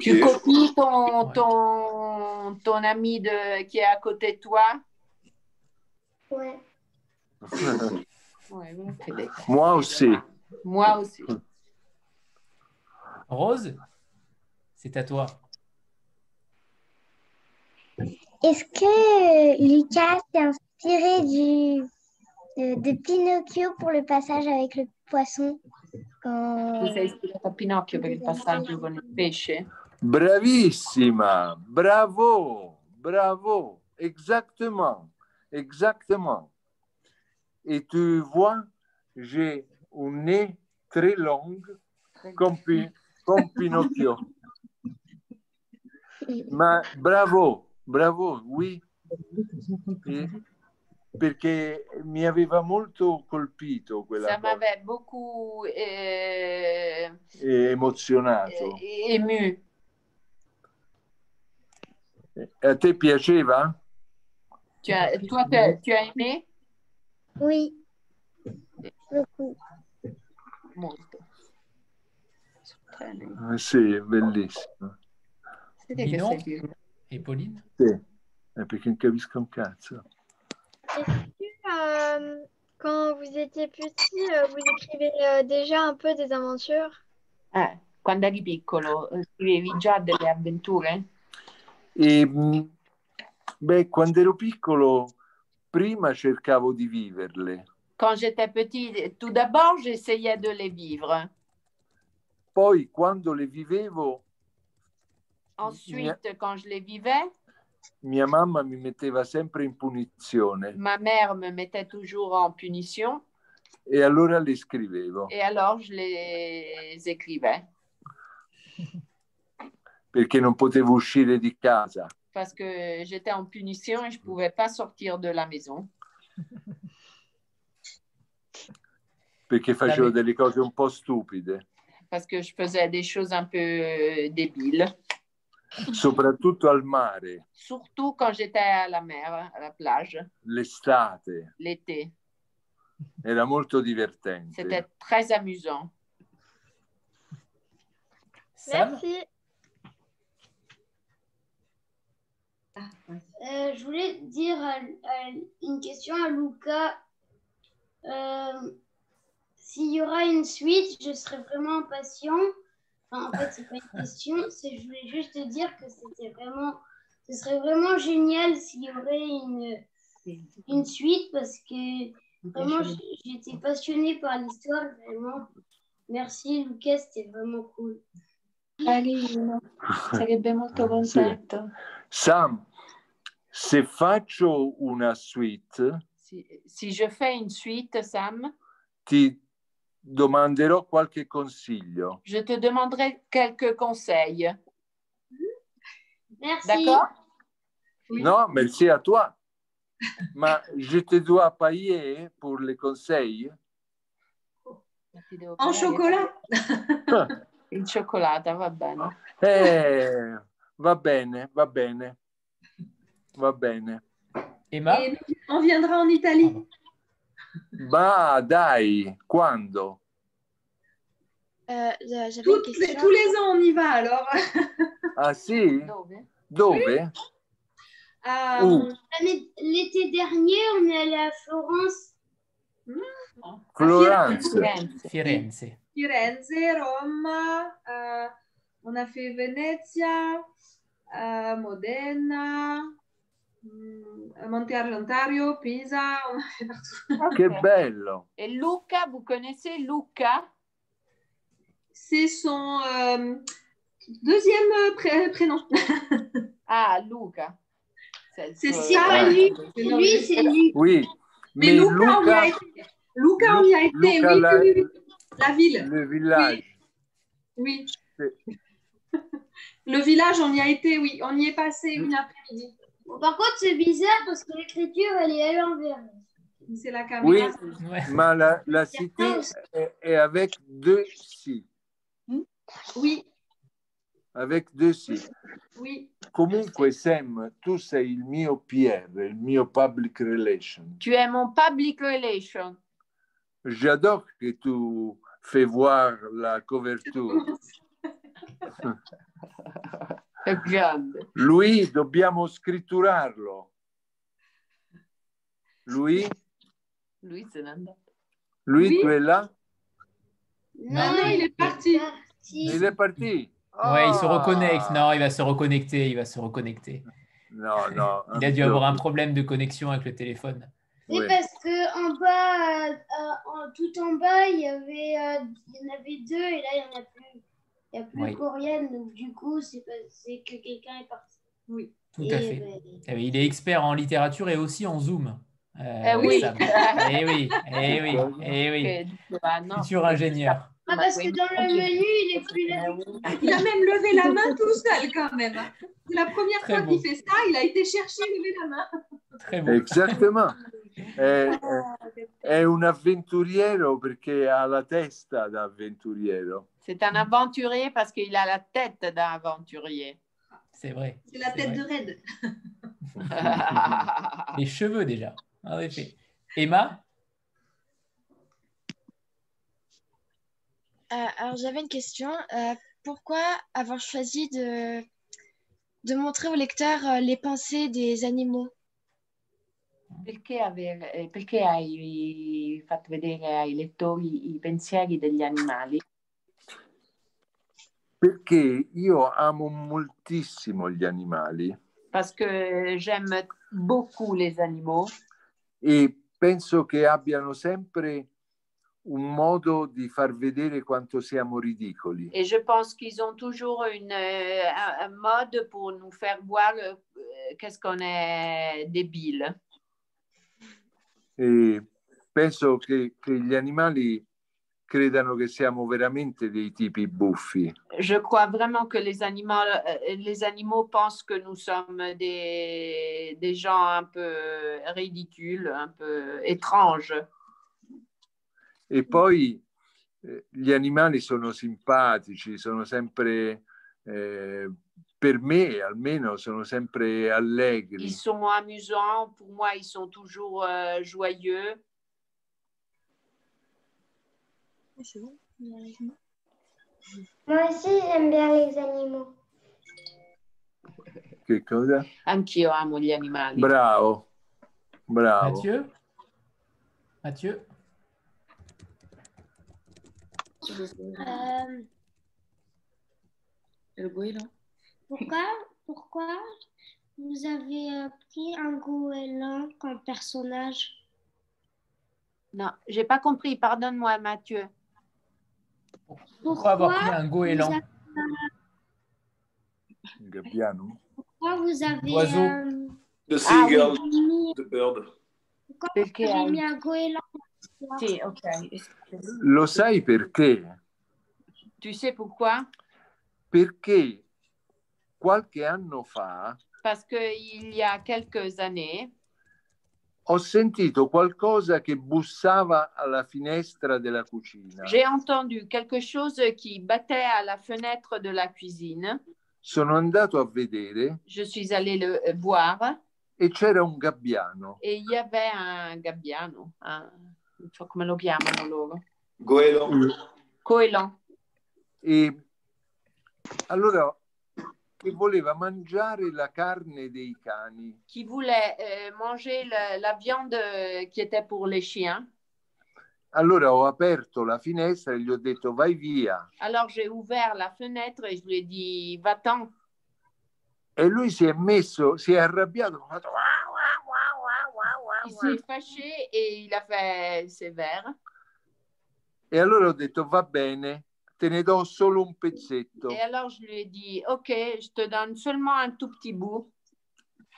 Tu copies ton, ton, ton ami de, qui est à côté de toi Ouais. Ouais, ouais, c'est bête. Moi aussi. Moi aussi. Rose, c'est à toi. Est-ce que euh, Lucas s'est inspiré du de, de Pinocchio pour le passage avec le poisson. Quand... Tu sei ispirata a Pinocchio per il passaggio con il pesce? Bravissima, bravo, bravo, exactement, exactement. Et tu vois, j'ai un nez très long comme, Pi- comme Pinocchio. Ma, bravo, bravo, oui. Eh, Perché mi aveva molto colpito Ça quella cosa m'avait beaucoup euh, e emozionato. Eh, ému. A te piaceva? Tu as, toi, tu as, tu as aimé Oui. Beaucoup. Molto. Eh Sì, bellissimo. Minon et Pauline Sì, eh, perché non capisco un cazzo. Est-ce que euh, quand vous étiez petit, euh, vous écrivez euh, déjà un peu des aventures Ah, Eh, quando eri piccolo euh, eh, scrivevi già delle hein. avventure? E, mh, beh, quando ero piccolo, prima cercavo di viverle, Quand j'étais petite, tout d'abord, j'essayais de les vivre. poi quando le vivevo, Ensuite, quand je les vivais, mia mamma mi metteva sempre in punizione ma mère me mettait toujours en punition e allora le scrivevo, et alors je les écrivais perché non potevo uscire di casa. parce que j'étais en punition et je ne pouvais pas sortir de la maison. perché facevo delle cose un po' stupide, parce que je faisais des choses un peu euh, débiles, soprattutto al mare, surtout quand j'étais à la mer, à la plage, l'estate, l'été. era molto C'était divertente. très amusant. Merci. Euh, je voulais dire euh, euh, une question à Luca. Euh, S'il y aura une suite, je serai vraiment impatient. Enfin, en fait, c'est pas une question, c'est je voulais juste te dire que c'était vraiment, ce serait vraiment génial s'il y aurait une, une suite parce que vraiment j'- j'étais passionnée par l'histoire, vraiment. Merci Lucas, c'était vraiment cool. Carino, sarebbe molto contento. Sam, se faccio una suite, Si, si je fais une suite, Sam, ti domanderò qualche consiglio. je te demanderai quelques conseils. Merci. D'accord No, merci à toi. Ma je te dois payer pour les conseils? En chocolat In cioccolata, va bene. Eh, va bene, va bene, va bene. Emma Et on viendra en Italie. Ma dai, quando? Toutes les- tous les ans, on y va alors. Ah sì? Dove? À- Où Euh, L'année- L'été dernier, on est allé à Florence. Ah, Florence. Firenze. Firenze. Firenze, Rome, euh, on a fait Venezia, euh, Modena, hmm, Monte Argentario, Pisa, on a fait partout. Che bello. Et Luca, vous connaissez Luca C'est son euh, deuxième pré- prénom. Ah, Luca. C'est son- Sia. Ah. lui, C'est lui, c'est lui. Oui, Mais mais Luca, on y Luca- a été. Luca, on y a été. Luca, oui, la- oui, oui, oui. La ville, le village. oui. Sì. Le village, on y a été, oui. On y est passé une après-midi. Bon, par contre, c'est bizarre parce que l'écriture, elle est à l'envers. C'est la Oui, caméra. ma la, la cité est, est avec deux si, Oui, avec deux si. oui. Comunque Sam, tu sei il mio PR, il mio public relation. Tu es mon public relation. J'adore que tu fais voir la couverture. Grande. Lui, dobbiamo scritturarlo. Lui, Lui, c'est Nanda. lui, Oui. tu es là? Non, non, il est parti. Il est parti. Ah. Ouais, il se reconnecte. Non, il va se reconnecter. Il va se reconnecter. Non, non. Il a dû avoir un problème de connexion avec le téléphone. Oui, Ouais. parce que en bas, euh, euh, en- tout en bas, il y avait, euh, il y en avait deux et là il y en a plus. Il n'y a plus Oui. coréenne, donc du coup c'est pas- c'est que quelqu'un est parti. Oui. Tout à Et, fait. ben, Eh oui, Il est expert en littérature et aussi en Zoom. Euh, Eh oui. Sam. Eh oui, eh oui, eh oui. Futur ingénieur. Ah, parce que dans le menu, il est plus là. Il a même levé la main tout seul quand même. hein. C'est la première fois qu'il fait ça. Il a été chercher, lever la main. Très bon. Exactement. È, Ah, è- è un avventuriero perché ha la testa da avventuriero. C'est un aventurier parce qu'il a la tête d'un aventurier. C'est vrai. C'est la tête de Red. Ah. Les cheveux déjà, en effet. Emma, Euh, alors j'avais une question. Euh, pourquoi avoir choisi de, de montrer au lecteur euh, les pensées des animaux Perché, aver- eh, perché hai fatto vedere ai lettori i pensieri degli animali? Perché io amo moltissimo gli animali Parce que j'aime beaucoup les animaux e penso che abbiano sempre un modo di far vedere quanto siamo ridicoli. Et je pense qu'ils ont toujours une, euh, un un mode pour nous faire voir le- euh, qu'est-ce qu'on est débile. E penso che, che gli animali credano che siamo veramente dei tipi buffi. Je crois vraiment que les animaux, euh, les animaux pensent que nous sommes des, des gens un peu ridicules, un peu étranges. E Mm. poi eh, gli animali sono simpatici, sono sempre, eh, per me almeno, sono sempre allegri. Ils sont amusants, pour moi ils sont toujours euh, joyeux. Moi aussi, j'aime bien les animaux. Che cosa? Anch'io amo gli animali. Bravo, bravo. Mathieu, Mathieu. Euh, Ehm, Le goéland. pourquoi Pourquoi vous avez euh, pris un goéland comme personnage Non, j'ai pas compris, pardonne-moi Mathieu. Pourquoi avoir pris un goéland Gabbiano? Pourquoi vous avez L'oiseau. euh, The Ah oui. Seagull, The Bird. pourquoi vous Perché avez hai- mis un goéland dans Sì, l'histoire ok. Lo sai perché? Tu sais pourquoi Perché qualche anno fa Parce qu'il y a quelques années, ho sentito qualcosa che bussava alla finestra della cucina. j'ai entendu quelque chose qui battait à la fenêtre de la cuisine. Sono andato a vedere Je suis allée le euh, voir e c'era un gabbiano. et il y avait un gabbiano, un, non so come lo chiamano loro, Goéland. coelan. E allora che voleva mangiare la carne dei cani. qui voulait euh, manger le- la viande euh, qui était pour les chiens. Allora ho aperto la finestra e gli ho detto vai via. Alors j'ai ouvert la fenêtre et je lui ai dit va-t'en. E lui si è messo, si è arrabbiato. ha fatto, "Ah!" Il s'est fâché et il a fait sévère. E allora ho detto va bene, te ne do solo un pezzetto. Et alors je lui ai dit ok, je te donne seulement un tout petit bout.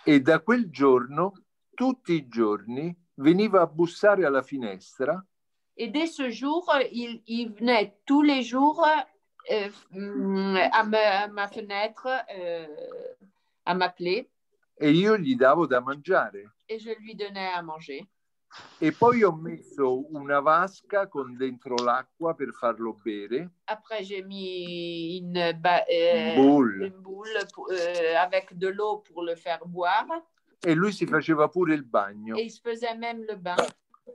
E da quel giorno, tutti i giorni, veniva a bussare alla finestra Et dès ce jour, il, il venait tous les jours euh, mm, à, me- à ma fenêtre euh, à m'appeler e io gli davo da mangiare. et je lui donnais à manger. E poi ho messo una vasca con dentro l'acqua per farlo bere. Après, j'ai mis une, ba- euh, Boule. une boule pour- euh, avec de l'eau pour le faire boire. e lui si faceva pure il bagno Et il se faisait même le bain,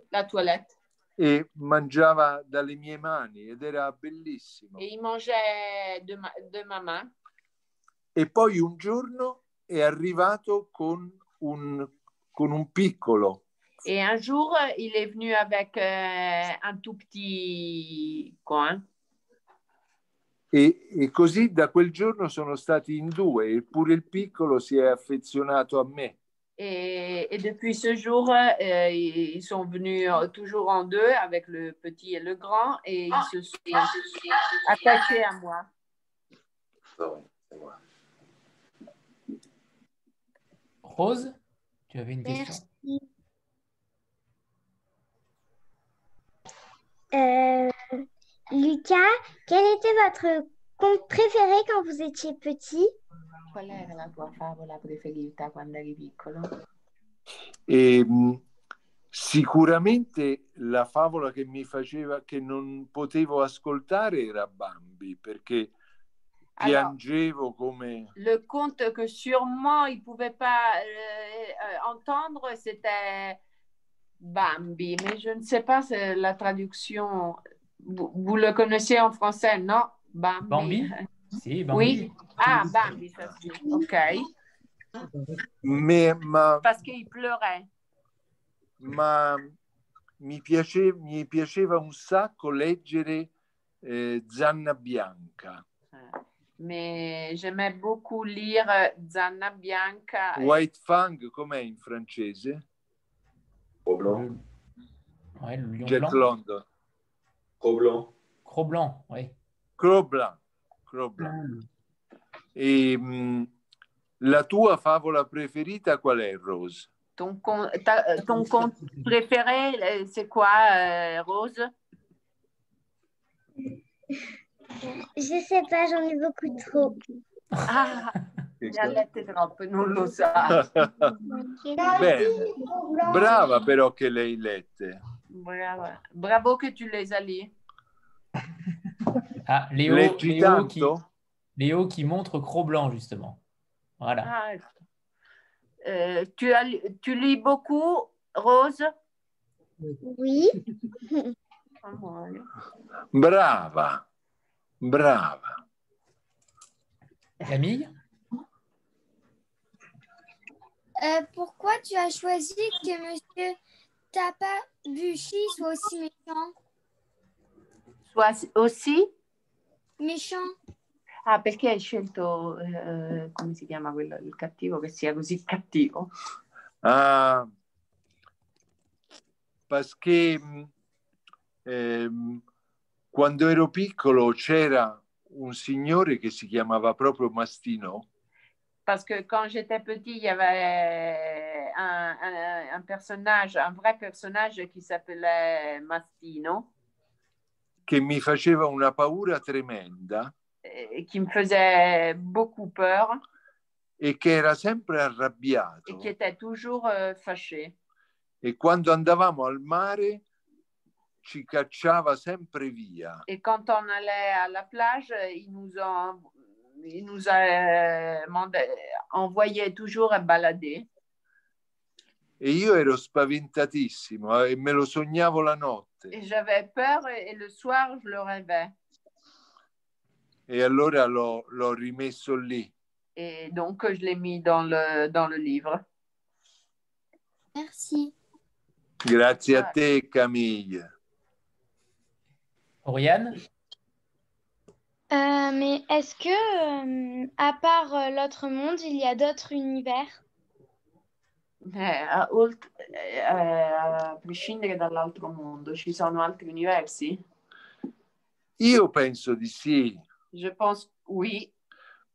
la toilette. e mangiava dalle mie mani ed era bellissimo. Et il mangeait de ma, de ma main. E poi un giorno è arrivato con un, con un piccolo Et un jour, euh, il est venu avec euh, un tout petit coin. e, e così da quel giorno sono stati in due e pure il piccolo si è affezionato a me. Et, et depuis ce jour, euh, ils ils sont venus euh, toujours en deux avec le petit et le grand et Ah. ils se sont attachés à moi. Pardon, c'est moi. Rose, tu avais une question Euh, Lucas, quel était votre conte préféré quand vous étiez petit Qual era la tua favola preferita quando eri piccolo? E, mh, Ehm, sicuramente la favola che mi faceva, che non potevo ascoltare era Bambi, perché Allora. piangevo come... Le conte que sûrement ils ne pouvaient pas euh, euh, entendre, c'était Bambi, mais je ne sais pas c'est la traduction. Vous, vous le connaissez en français, non Bambi. Bambi Si, Bambi. Oui. Ah, Bambi, ça se dit. OK. Me- ma, Parce qu'il pleurait. ma mi, piace- mi piaceva un sacco leggere eh, Zanna Bianca, Mais j'aimais beaucoup lire euh, Zanna Bianca. et- White Fang, com'è in francese? Ouais, le lion Jack blanc. London. Gros blanc. Cro blanc, oui. Cro blanc. Cro blanc. E, mh, la tua favola preferita qual è, Rose? Ton, con- ta- euh, ton conte préféré, euh, c'est quoi, euh, Rose Je sais pas, j'en ai beaucoup trop. Ah, niente troppo, non lo so. Ah. Bene, brava però che le hai lette. Bravo. Bravo que tu les as lus. Ah, Léo, Leggi Léo, qui, Léo qui montre Cro blanc, justement. Voilà. Ah, euh, tu, as, tu lis beaucoup, Rose Oui. Oh Brava, brava. Camille Euh, pourquoi tu as choisi que Monsieur Tapabuchi soit aussi méchant Soit aussi Méchant Ah, perché hai scelto, eh, come si chiama quello, il cattivo che sia così cattivo? Ah, perché mh, ehm, quando ero piccolo c'era un signore che si chiamava proprio Mastino Parce que quand j'étais petit, il y avait un, un- un personnage, un vrai personnage qui s'appelait Mastino, che mi faceva una paura tremenda et qui me faisait beaucoup peur e che era sempre arrabbiato. et qui était toujours euh, fâché. E quando andavamo al mare ci cacciava sempre via. Et quand on allait à la plage, il nous, en- il nous a euh, mandé- envoyé toujours à balader. E io ero spaventatissimo eh, e me lo sognavo la notte. Et j'avais peur et, et le soir, je le rêvais. E allora l'ho, l'ho rimesso lì. Et donc, je l'ai mis dans le, dans le livre. Merci. Grazie a te, Camille. Oriane Euh, mais est-ce que, euh, à part euh, l'autre monde, il y a d'autres univers Eh, a- olt- eh, a prescindere dall'altro mondo, ci sono altri universi? Io penso di sì, Je pense, oui,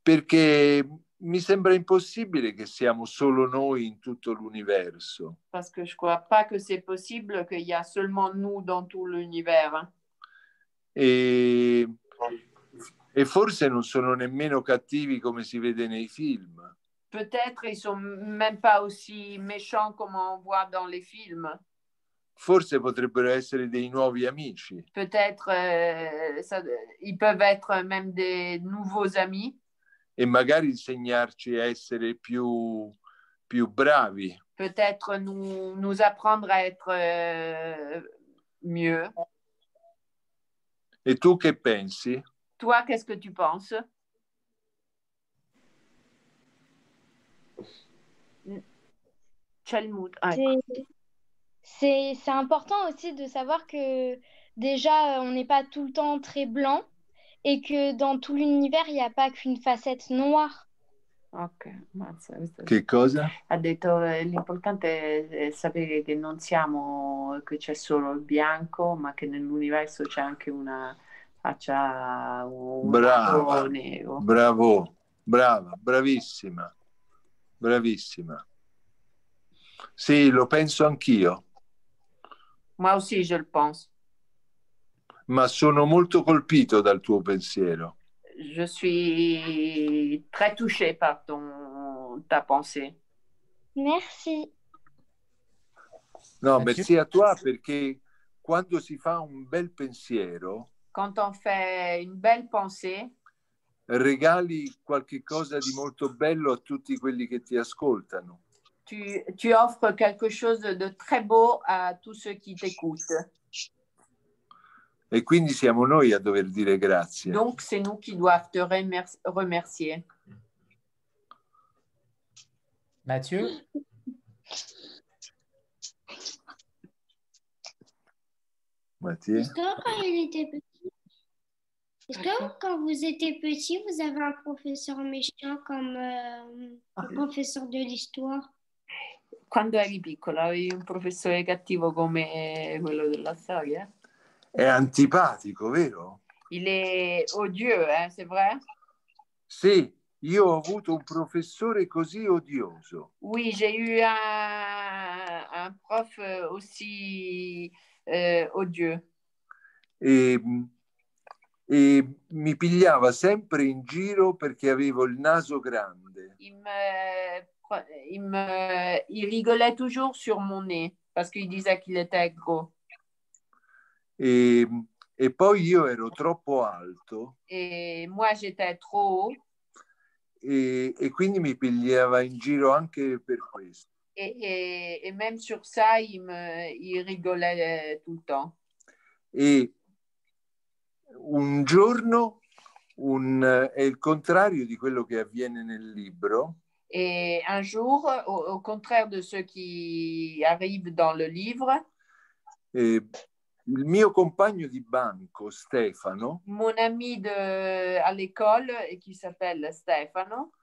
perché mi sembra impossibile che siamo solo noi in tutto l'universo. parce que je crois pas que c'est possible qu'il y a seulement nous dans tout l'univers. E, e forse non sono nemmeno cattivi come si vede nei film. Peut-être ils sont même pas aussi méchants comme on voit dans les films. Forse potrebbero essere dei nuovi amici. Peut-être euh, ça- ils peuvent être même des nouveaux amis e magari insegnarci a essere più, più bravi. peut-être nous, nous apprendre à être euh, mieux. E tu che pensi? Toi, qu'est-ce que tu penses Chelmout. ah, C'est- C'est c'est important aussi de savoir que déjà, euh, on n'est pas tout le temps très blanc et que dans tout l'univers, il n'y a pas qu'une facette noire. Ok, mazza, questo- Che cosa? Ha detto eh, l'importante è è sapere che non siamo, che c'è solo il bianco, ma che nell'universo c'è anche una faccia un Brava, lato nero. bravo, brava, bravissima, bravissima. Sì, lo penso anch'io, Moi aussi, je le pense. ma sono molto colpito dal tuo pensiero. Je suis très touchée par ton, ta pensée. Merci. No, merci a toi perché quando si fa un bel pensiero, Quand on fait une belle pensée, regali qualche cosa di molto bello a tutti quelli che ti ascoltano. tu, tu offres quelque chose de très beau à tous ceux qui t'écoutent. E quindi siamo noi a dover dire grazie. Donc, c'est nous qui doivent te remer- remercier. Mathieu Mathieu Est-ce que quand il était petit, est-ce que quand vous étiez petit, vous avez un professeur méchant comme euh, le professeur de l'histoire Quando eri piccola avevi un professore cattivo come eh, quello della storia? È antipatico, vero? Il est odieux, hein, c'est vrai Sì, io ho avuto un professore così odioso. Oui, j'ai eu un, un prof euh, aussi euh, odieux. e, e mi pigliava sempre in giro perché avevo il naso grande. Il, me, pre- il, me, il rigolait toujours sur mon nez parce qu'il disait qu'il était gros. E, e poi io ero troppo alto Et moi, j'étais trop haut e, e quindi mi pigliava in giro anche per questo. et, et- et même sur ça, il, me, il rigolait euh, tout le temps. E un giorno, un- è il contrario di quello che avviene nel libro, Et un jour, au, au contraire de ce qui arrive dans le livre, eh, il mio compagno di banco, Stefano, mon ami de, à l'école et qui s'appelle Stefano,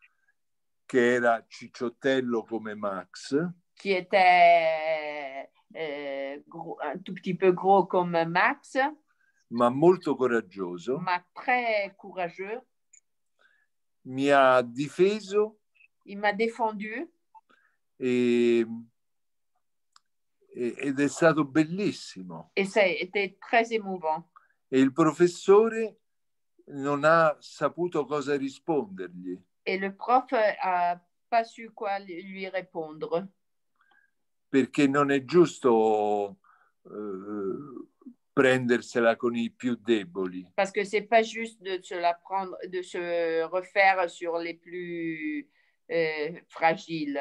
che era cicciottello come Max, qui était euh, gros- un tout petit peu gros comme Max, ma molto coraggioso, mais très courageux. mi ha difeso Il m'a défendu e- e- ed è stato bellissimo. et ça a été très émouvant. E il professore non ha saputo cosa rispondergli. Et le prof a pas su quoi lui répondre perché non è giusto eh, prendersela con i più deboli. parce que c'est pas juste de se la prendre, de se refaire sur les plus euh, fragiles.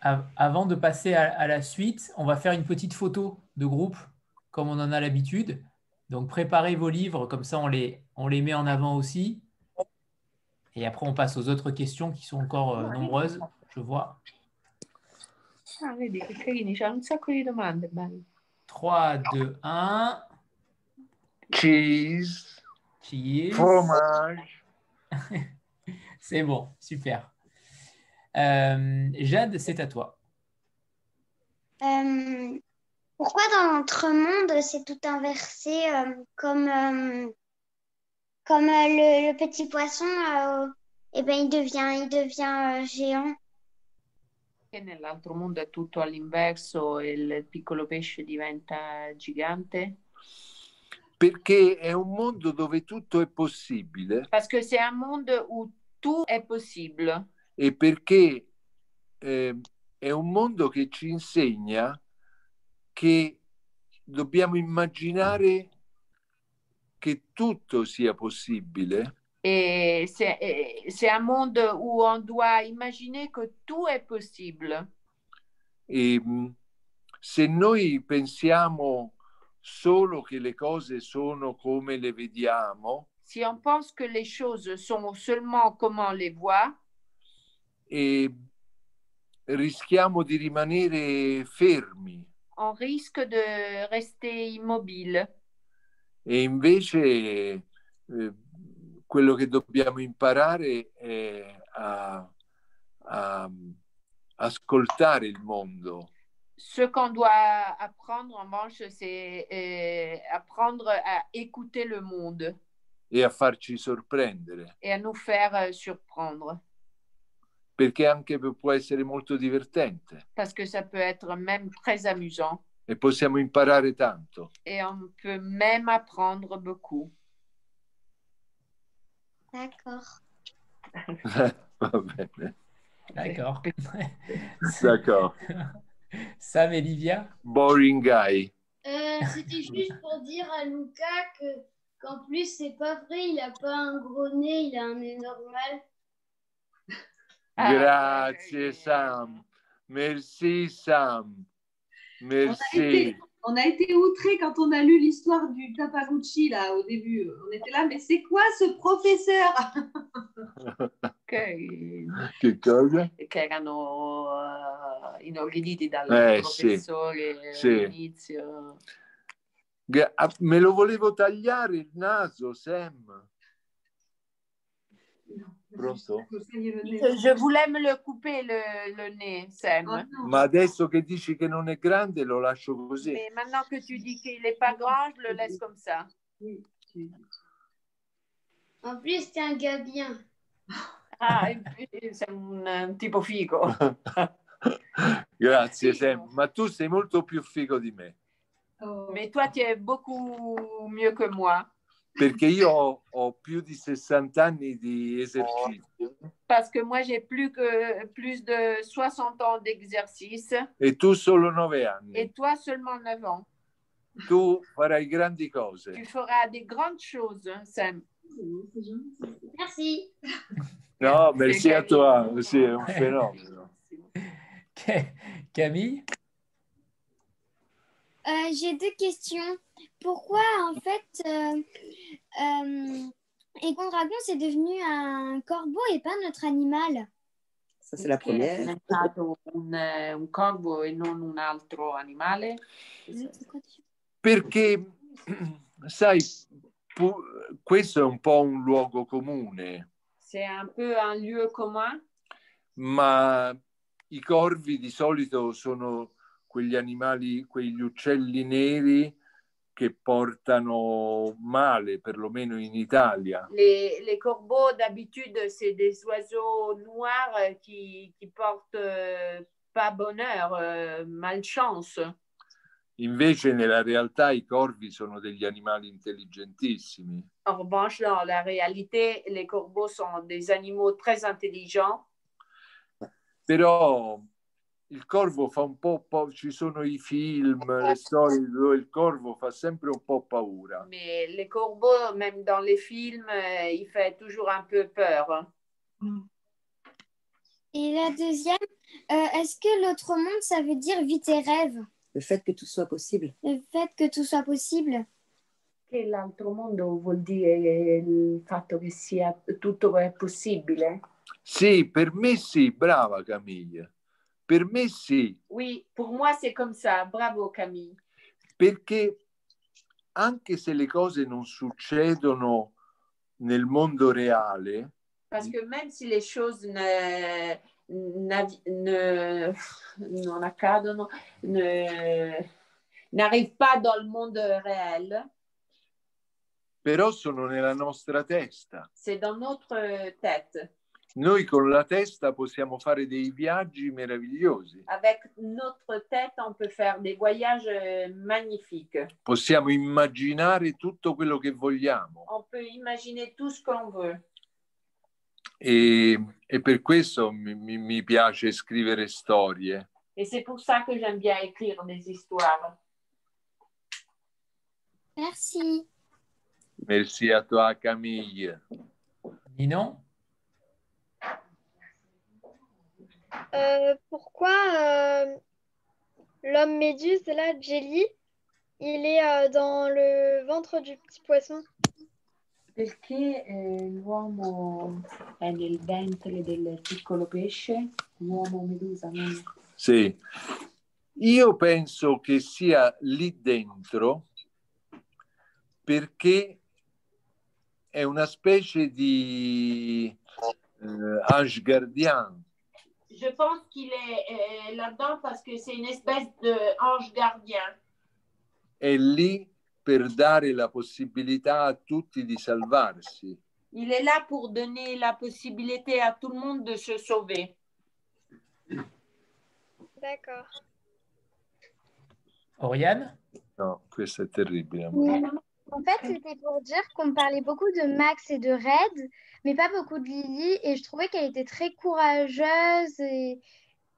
Av- Avant de passer à, à la suite, on va faire une petite photo de groupe, comme on en a l'habitude. Donc préparez vos livres, comme ça on les, on les met en avant aussi. Et après on passe aux autres questions qui sont encore euh, nombreuses, je vois. Ah, vedi che carini, c'ha un sacco di domande belli. 3, 2, 1. Cheese. Cheese. Fromage. C'est bon, super. Euh, Jade, c'est à toi. Euh, Pourquoi dans l'entremonde, c'est tout inversé euh, comme, euh, comme euh, le, le petit poisson, et ben, il devient, il devient euh, géant Che E nell'altro mondo è tutto all'inverso e il piccolo pesce diventa gigante? Perché è un mondo dove tutto è possibile Parce que c'est un monde où tout est possible. e perché eh, è un mondo che ci insegna che dobbiamo immaginare che tutto sia possibile Et c'est et c'est un monde où on doit imaginer que tout est possible. E mh, Ehm, se noi pensiamo solo che le cose sono come le vediamo Si on pense que les choses sont seulement comme on les voit, e ehm, rischiamo di rimanere fermi on risque de rester immobile. e invece eh, quello che dobbiamo imparare è a, a- ascoltare il mondo. Ce qu'on doit apprendre, en revanche, c'est euh, apprendre à écouter le monde e a farci sorprendere, et à nous faire euh, surprendre, perché anche può essere molto divertente parce que ça peut être même très amusant e possiamo imparare tanto. et on peut même apprendre beaucoup. D'accord. Va bene. D'accord. D'accord. Sam et Livia Boring guy. Euh, C'était juste pour dire à Lucas que qu'en plus c'est pas vrai, il a pas un gros nez, il a un nez normal. Grazie Sam. Merci Sam. On a été- Merci. On a été outrés quand on a lu l'histoire du Tapaguchi là au début. On était là, mais c'est quoi ce professeur Che, Che cosa? che erano eh, inorriditi dal Eh, sì. professore Sì. all'inizio. Gra- ah, me lo volevo tagliare il naso, Sam. Pronto? Je voulais me le couper le, le nez, Sam. Ma adesso che dici che non è grande lo lascio così. Mais maintenant que tu dis qu'il n'est pas grand, je le laisse comme ça. En plus, t'es un gars bien. Euh, Ah, et puis, c'est un, un tipo figo. Grazie Sam, ma tu sei molto più figo di me Mais toi, tu es beaucoup mieux que moi. perché io ho, ho più di 60 anni di esercizio Parce que moi, j'ai plus, que, plus de 60 ans d'exercice e tu solo 9 anni. et toi seulement 9 ans. Tu farai grandi Tu cose. feras des grandes choses, hein, Sam. Merci. No, merci a toi, sì, è un fenomeno. Camille Euh, J'ai deux questions. Pourquoi, en fait, euh, euh, Egon Dragon, c'est devenu un corbeau et pas notre animal Ça, c'est la Perché è première. diventato un, eh, un corvo e non un altro animale. Perché, sai, pu- questo è un po' un luogo comune, C'est un peu un lieu commun. ma i corvi di solito sono quegli animali, quegli uccelli neri che portano male, perlomeno in Italia. Les, les corbeaux, d'habitude, c'est des oiseaux noirs euh, qui, qui portent euh, pas bonheur, euh, malchance. Invece nella realtà i corvi sono degli animali intelligentissimi En revanche, dans la réalité, les corbeaux sont des animaux très intelligents, però il corvo fa un po', po- ci sono i film, le storie dove il corvo fa sempre un po' paura. mais les corbeaux, même dans les films, euh, il fait toujours un peu peur. Et la deuxième, euh, est-ce que l'autre monde, ça veut dire vie tes rêves Le fait que tout soit possible. Le fait que tout soit possible Che l'altro mondo vuol dire il fatto che sia tutto è possibile? Sì, per me sì, brava Camille. Per me sì, Oui, pour moi c'est comme ça. Bravo Camille. perché anche se le cose non succedono nel mondo reale, Parce que même si les choses ne, n'avi- ne- non accadono, ne- n'arrivent pas dans le monde réel, però sono nella nostra testa. c'est dans notre tête. Noi con la testa possiamo fare dei viaggi meravigliosi. Avec notre tête, on peut faire des voyages euh, magnifiques. possiamo immaginare tutto quello che vogliamo On peut imaginer tout ce qu'on veut. e, e per questo mi, mi- mi piace scrivere storie. Et c'est pour ça que j'aime bien écrire des histoires. Merci. Merci a toi Camille. Ninon Euh, pourquoi euh, l'homme méduse, là, Jelly, il est euh, dans le ventre du petit poisson Perché eh, l'uomo è nel ventre del piccolo pesce, l'uomo medusa, non- Sì. Io penso che sia lì dentro perché è una specie di eh, ange gardien. Je pense qu'il est euh, là-dedans parce que c'est une espèce d'ange gardien. È lì per dare la possibilità a tutti di salvarsi. Il est là pour donner la possibilité à tout le monde de se sauver. D'accord. Oriane No, questo è terribile. Mm. amore. Euh, En fait, c'était pour dire qu'on parlait beaucoup de Max et de Red, mais pas beaucoup de Lily. Et je trouvais qu'elle était très courageuse. Et,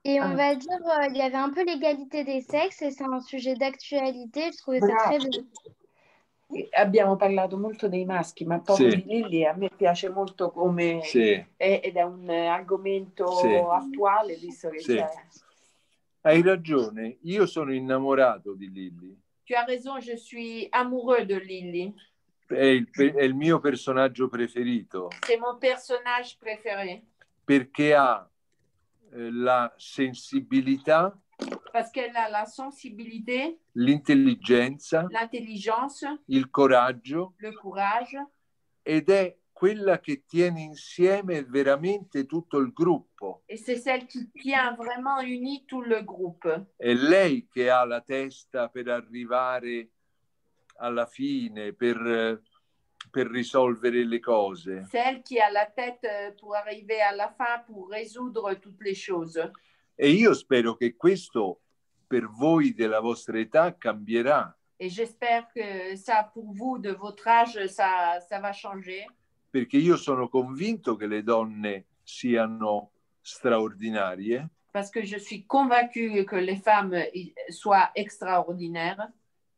et on Ah. va dire, euh, il y avait un peu l'égalité des sexes. Et c'est un sujet d'actualité. Je trouvais ça Bravo. très bien. E Abbiamo parlato molto dei maschi, ma poco Sì. di Lilly. A me piace molto come Sì. è- ed è un eh, argomento Sì. attuale, visto che Sì. c'è. Hai ragione, io sono innamorato di Lily. Tu as raison, je suis amoureux de Lily. È il, pe- è il mio personaggio preferito C'est mon personnage préféré perché ha eh, la sensibilità, parce qu'elle a la sensibilité, l'intelligenza, l'intelligence, il coraggio le courage. ed è quella che tiene insieme veramente tutto il gruppo. Et c'est celle qui tient vraiment unie tout le groupe. È lei che ha la testa per arrivare alla fine, per, eh, per risolvere le cose. Celle qui a la tête euh, pour arriver à la fin, pour résoudre toutes les choses. E io spero che questo per voi della vostra età cambierà, Et j'espère que ça, pour vous, de votre âge, ça, ça va changer. perché io sono convinto che le donne siano straordinarie, Parce que je suis convaincue que les femmes y- soient extraordinaires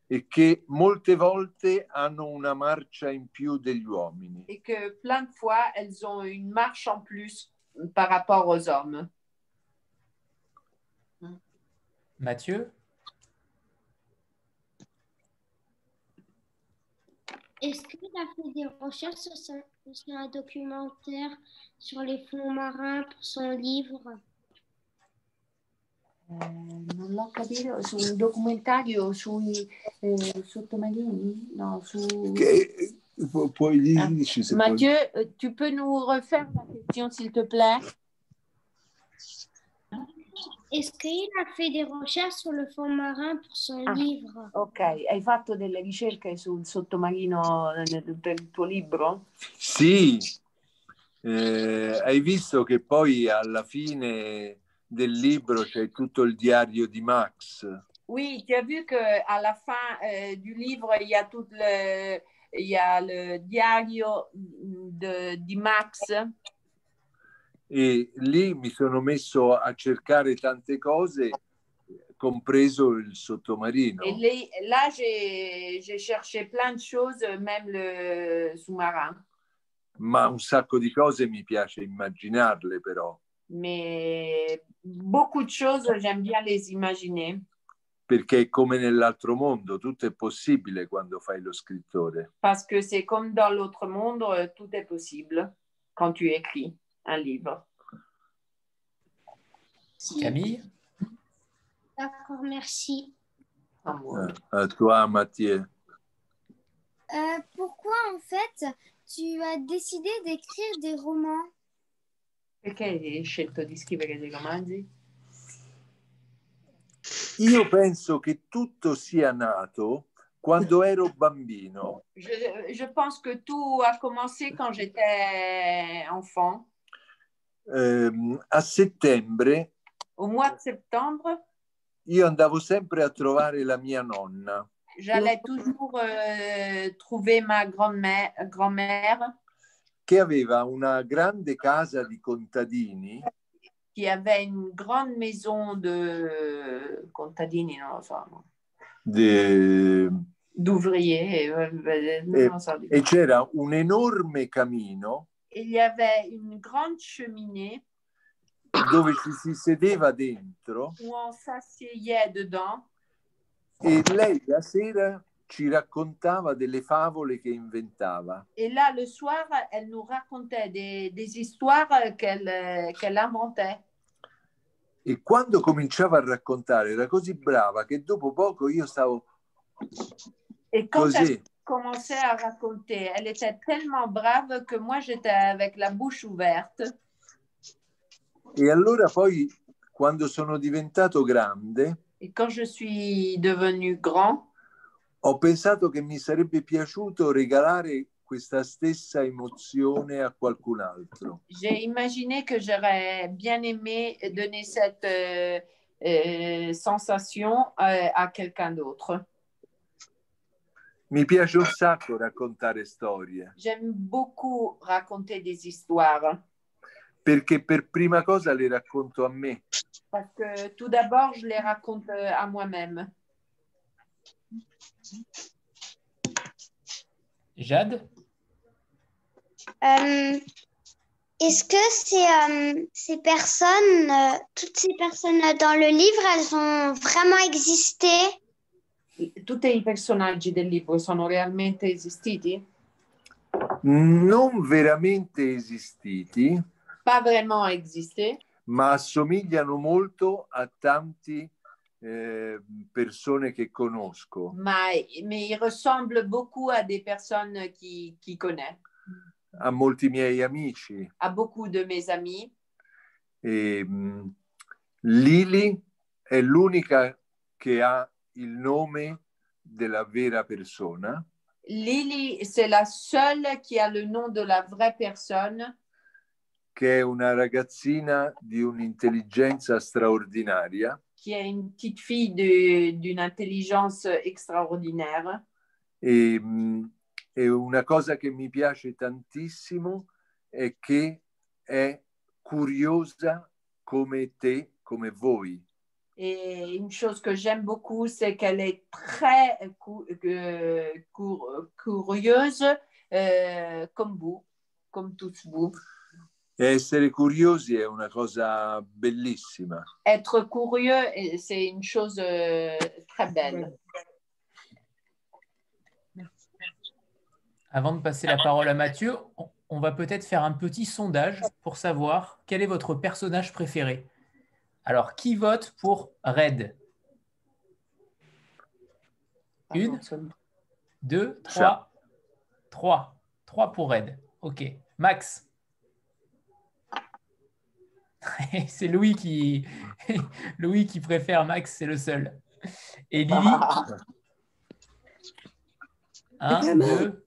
e che molte volte hanno una marcia in più degli uomini. et que plein de fois, elles ont une marche en plus par rapport aux hommes. Mathieu Est-ce que tu as fait des recherches sur, ce- sur un documentaire sur les fonds marins pour son livre Eh, non l'ho capito, su un documentario sui eh, sottomarini? No, su... Pu- Puoi dirci se puoi- Mathieu, euh, eh, tu peux nous refaire la question, s'il te plaît Est-ce qu'il a fait des recherches sur le fond marin pour son Ah, livre ok, hai fatto delle ricerche sul sottomarino eh, nel- del tuo libro? Sì, eh, hai visto che poi alla fine del libro c'è tutto il diario di Max. Oui, tu as vu que à la fin euh, du livre, il y a tout le, il y a le diario de, di Max. e lì mi sono messo a cercare tante cose, compreso il sottomarino. Oh. Et les- là, j'ai j'ai cherché plein de choses, même le sous-marin. Ma un sacco di cose mi piace immaginarle, però, Mais beaucoup de choses, j'aime bien les imaginer. perché è come nell'altro mondo, tutto è possibile quando fai lo scrittore. Parce que c'est comme dans l'autre monde, euh, tout est possible quand tu écris un livre. Camille D'accord, merci. Eh, A toi, Mathieu. Euh, pourquoi en fait tu as décidé d'écrire des romans Perché hai scelto di scrivere dei romanzi? Io penso che tutto sia nato quando ero bambino. Je, je pense que tout a commencé quand j'étais enfant. Ehm, a settembre Au mois de septembre, io andavo sempre a trovare la mia nonna. j'allais toujours euh, trouver ma grand-mère. grand-mère che aveva una grande casa di contadini qui avait une grande maison de contadini, non, enfin, d'ouvriers. euh, euh, non, e, non, ça, e c'era un enorme camino il y avait une grande cheminée dove ci si sedeva dentro où on s'asseyait dedans e lei la sera ci raccontava delle favole che inventava. et là le soir elle nous racontait des, des histoires qu'elle euh, qu'elle inventait E quando cominciava a raccontare era così brava che dopo poco io stavo et quand, così. elle, commençait à raconter. Elle était tellement brave que moi, j'étais avec la bouche ouverte. E allora poi, quando sono diventato grande, Et quand je suis devenue grand, ho pensato che mi sarebbe piaciuto regalare questa stessa emozione a qualcun altro. j'ai imaginé que j'aurais bien aimé donner cette euh, euh, sensation euh, à, à quelqu'un d'autre. Mi piace un sacco raccontare storie, J'aime beaucoup raconter des histoires perché per prima cosa le racconto a me. parce que tout d'abord, je les raconte euh, à moi-même. Jade Euh, Est-ce que ces, euh, ces personnes, euh, toutes ces personnes dans le livre, elles ont vraiment existé Tutti i personaggi del libro sono realmente esistiti? Non veramente esistiti, Pas vraiment existé, ma assomigliano molto a tanti eh, persone che conosco. mais, mais ils ressemblent beaucoup à des personnes qui, qui connaissent, a molti miei amici. à beaucoup de mes amis. E, mh, Ehm, Lili è l'unica che ha il nome della vera persona Lily, c'est la seule qui a le nom de la vraie personne, che è una ragazzina di un'intelligenza straordinaria qui est une petite fille de- d'une intelligence extraordinaire. e, mh, Ehm, e una cosa che mi piace tantissimo è che è curiosa come te, come voi. Et une chose que j'aime beaucoup, c'est qu'elle est très cou- euh, cour- curieuse, euh, comme vous, comme tous vous. E essere curiosi è una cosa bellissima. Être curieux, eh, c'est une chose euh, très belle. Avant de passer la parole à Mathieu, on- on va peut-être faire un petit sondage pour savoir quel est votre personnage préféré. Alors, qui vote pour Red Une, deux, trois, trois. Trois pour Red. OK. Max C'est Louis qui... Louis qui préfère Max, c'est le seul. Et Lily Un, deux.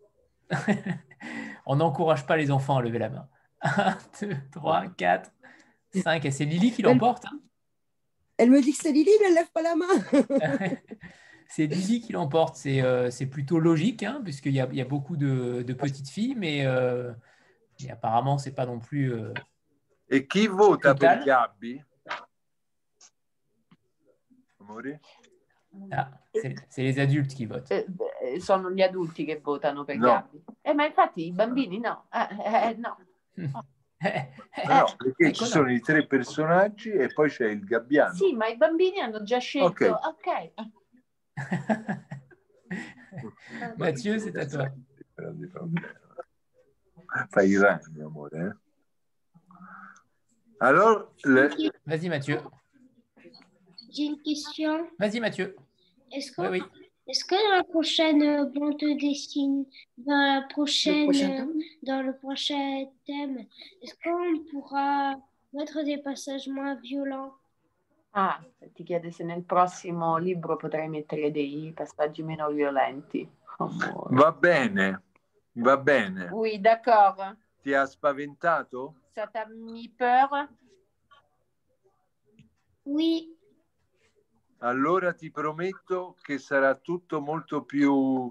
On n'encourage pas les enfants à lever la main. Un, deux, trois, quatre, cinq. Et c'est Lily qui l'emporte. hein. Elle me dit que c'est Lily, mais elle lève pas la main. C'est Lily qui l'emporte. C'est euh, c'est plutôt logique, hein, puisqu'il y, a- il y a beaucoup de, de petites filles, mais, euh, mais apparemment, c'est pas non plus. euh, E chi vota Total. per Gabby? Amore? ah, c'est c'est les adultes qui votent. Eh, beh, sono gli adulti che votano per No. Gabby. Eh, ma infatti i bambini no. Ah, eh, eh, no. Ma Ah, no, perché Eh, ecco ci no. sono i tre personaggi e poi c'è il gabbiano. Sì, ma i bambini hanno già scelto. Ok. Ok. Mathieu, c'est à toi. Fai il ragno, amore. eh. Allora, le- Vas-y, Mathieu. J'ai une question. Vas-y, Mathieu. Est-ce que, Oui, oui. est-ce que dans la prochaine euh, bande dessinée, dans la prochaine, prochain euh, dans le prochain thème, est-ce qu'on pourra mettre des passages moins violents Ah, ti chiede se nel prossimo libro potrai mettere dei passaggi meno violenti. va bene, va bene. Oui, d'accord. Ti ha spaventato? Ça t'a mis peur Oui, Allora ti prometto che sarà tutto molto più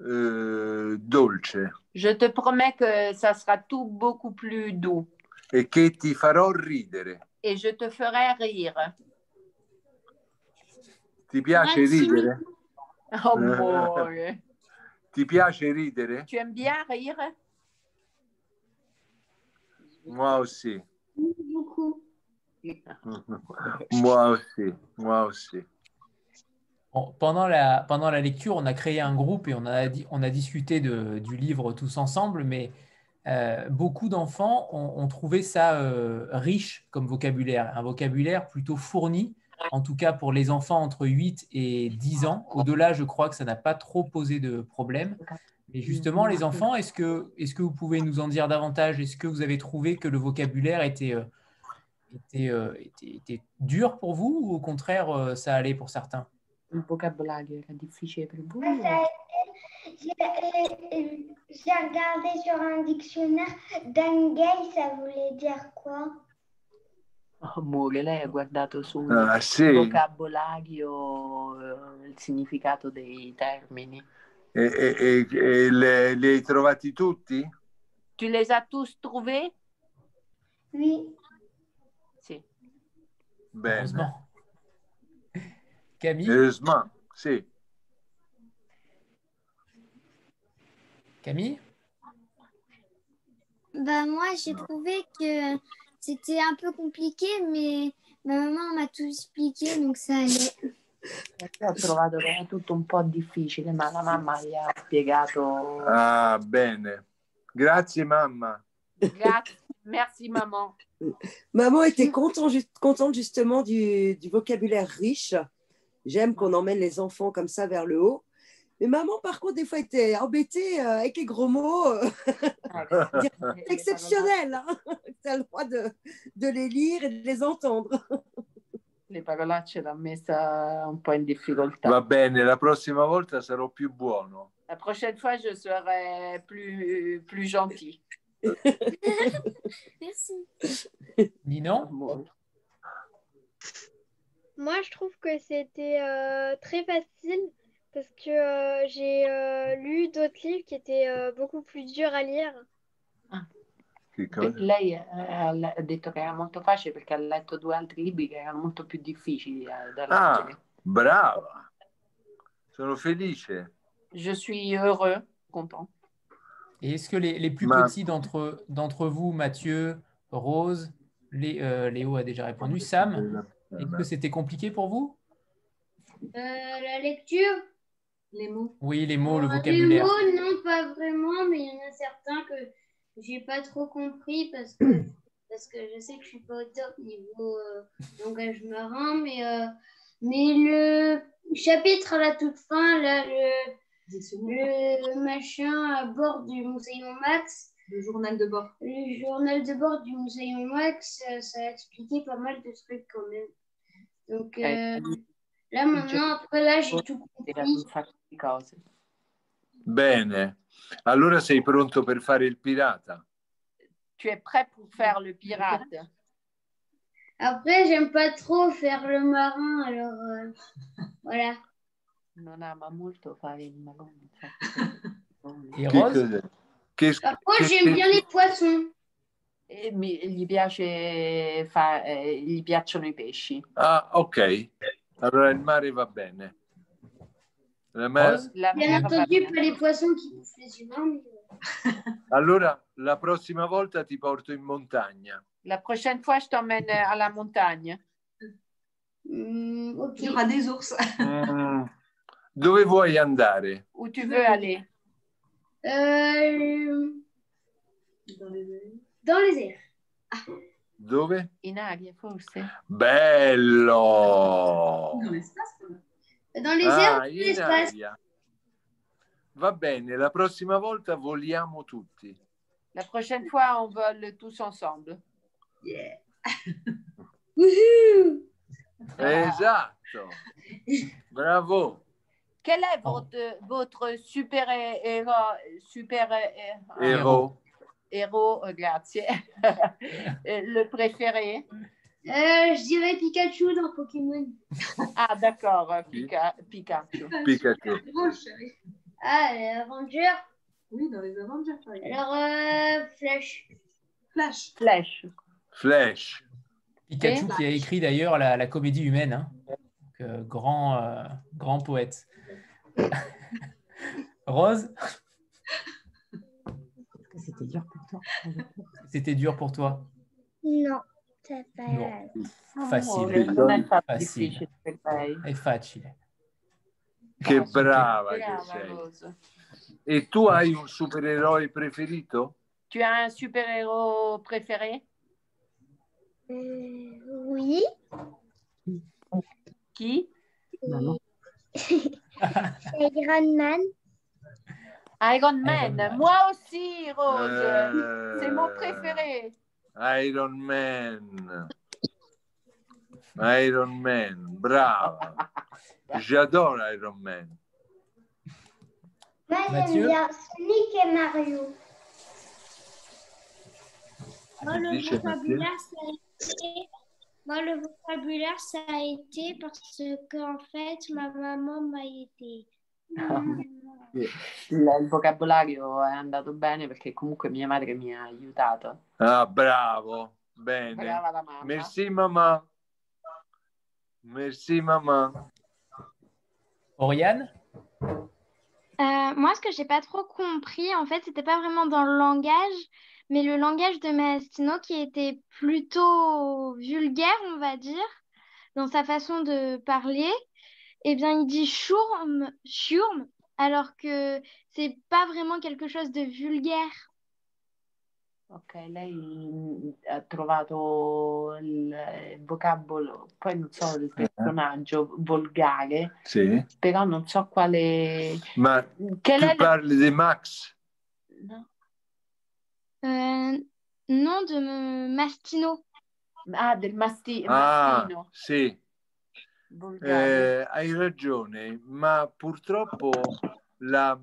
eh, dolce Je te promets que ça sera tout beaucoup plus doux e che ti farò ridere. et je te ferai rire. Ti piace Grazie ridere? Oh mon Ti piace ridere? Tu aimes bien rire Moi aussi. beaucoup. Moi aussi. Moi aussi. Bon, pendant la, pendant la lecture, on a créé un groupe et on a, di- on a discuté de- du livre tous ensemble, mais euh, beaucoup d'enfants ont, ont trouvé ça euh, riche comme vocabulaire, un vocabulaire plutôt fourni en tout cas pour les enfants entre 8 et 10 ans. Au-delà, je crois que ça n'a pas trop posé de problème. Mais justement, les enfants, est-ce que, est que vous pouvez nous en dire davantage Est-ce que vous avez trouvé que le vocabulaire était, euh, était, euh, était- était dur pour vous ou au contraire, euh, ça allait pour certains Il vocabolario era difficile per voi? Moi, ça a été- J'ai euh, euh, j'ai regardé sur un dictionnaire, Dangay, ça voulait dire quoi Amore, lei ha guardato sul Ah, sì. vocabolario eh, il significato dei termini. E, e- e- e le, li hai trovati tutti? Tu les as tous trouvés Oui. Si. Bene. Camille Heureusement, sì. Camille Bah moi j'ai trouvé que euh, c'était un peu compliqué mais ma maman m'a tout expliqué donc ça allait. Io ho trovato che era tutto un po' difficile, ma la mamma gli ha spiegato Ah, bene. Grazie mamma. Grazie. Merci, maman. Maman était content ju- contente justement du, du vocabulaire riche. J'aime qu'on emmène les enfants comme ça vers le haut. Mais maman, par contre, des fois, était embêtée euh, avec les gros mots. euh, dire, C'est exceptionnel. tu as le droit de, de les lire et de les entendre. le parolacce, l'ha messa un po' in difficoltà. Va bene, la prossima volta sarò più buono. La prochaine fois, je serai plus, plus gentille. Merci. Ninon Moi, je trouve que c'était euh, très facile parce que euh, j'ai euh, lu d'autres livres qui étaient euh, beaucoup plus durs à lire. Beh, Lei eh, ha le- ha detto che era molto facile perché ha letto due altri libri che erano molto più difficili eh, da Ah, leggere. brava. Sono felice. Je suis heureux, content. Et est-ce que les, les plus Ma- petits d'entre d'entre vous, Mathieu, Rose, Lé- euh, Léo a déjà répondu, Sam, est-ce que c'était compliqué pour vous la lecture Les mots. Oui, les mots, le Euh, les vocabulaire. mots, non, pas vraiment, mais il y en a certains que j'ai pas trop compris parce que, parce que je sais que je suis pas au top niveau euh, langage marin, mais, euh, mais le chapitre à la toute fin, là, le, le machin à bord du Moussaillon Max. Le journal de bord. Le journal de bord du Moussaillon Max, euh, ça a expliqué pas mal de trucs quand même. Donc euh, là maintenant, après là, j'ai tout Era compris. un sacco di cose. Bene. Allora sei pronto per fare il pirata? Tu es prêt pour faire le pirate Après, j'aime pas trop faire le marin, alors euh, voilà. Non ama molto fare il magone. Et Che Rose cos'è? Che- Moi, che- j'aime bien les poissons. E mi- gli piace fa- eh, gli piacciono i pesci. Ah, ok. Allora il mare va bene. La mer- Ah, Bien entendu, pas les poissons qui bouffent les humains. mais- Allora la prossima volta ti porto in montagna. La prochaine fois, je t'emmène à la montagne. Mm. Il y aura des ours. Mm. Dove vuoi andare? Où tu veux aller Euh, Dans les airs. Dans les airs. Dove? In aria, forse. Bello! Dans les airs, Ah, dans in l'espace. aria. Va bene, la prossima volta voliamo tutti. La prochaine fois, on vole tous ensemble. Yeah. Eh, Esatto. Bravo. Quel est votre, votre super héros super Ah, Ero. héros, euh, grazie, le préféré Euh, je dirais Pikachu dans Pokémon. Ah d'accord, euh, Pika- Pikachu. Pikachu. Ah, les Avengers. Oui, dans les Avengers, par exemple. Alors, euh, Flash. Flash. Flash. Flash. Pikachu Et- qui a écrit d'ailleurs la, la comédie humaine. hein. Donc, euh, grand, euh, grand poète. Rose C'était dur pour toi. C'était dur pour toi. Non, ça va. Non. Oh. Amore, Facile. non è stato Facile. difficile per lei. È facile. Che brava che Brava, sei. Rose. E tu hai un supereroe preferito? Tu as un super héros préféré Euh, oui. Qui Maman. Iron Man. Iron Man. Moi aussi, Rose. Euh. C'est mon préféré. Iron Man. Iron Man, brava. J'adore Iron Man. Moi, j'aime Mathieu bien Sonic et Mario. Ah, Moi, le Dis, cher vocabulaire, ça a été... Moi, le vocabulaire, ça a été parce qu'en fait, ma maman m'a aidé. Il il vocabolario è andato bene perché comunque mia madre mi ha aiutato. Ah, bravo. Bene. Brava la mamma. Merci, maman. Merci, maman. Oriane Euh, moi, ce que j'ai pas trop compris, en fait, c'était pas vraiment dans le langage, mais le langage de Mastino qui était plutôt vulgaire, on va dire, dans sa façon de parler. Eh bien, il dit chourme, chourme, alors que c'est pas vraiment quelque chose de vulgaire. Ok, lei mm, ha trovato il il vocabolo, poi non so Eh. il personaggio volgare, Sì. però non so quale... Ma Quelle tu est la- parli di Max? Euh, nom de me- Mastino. Ah, del masti Ah, sì. volgare. Eh, hai ragione, ma purtroppo la,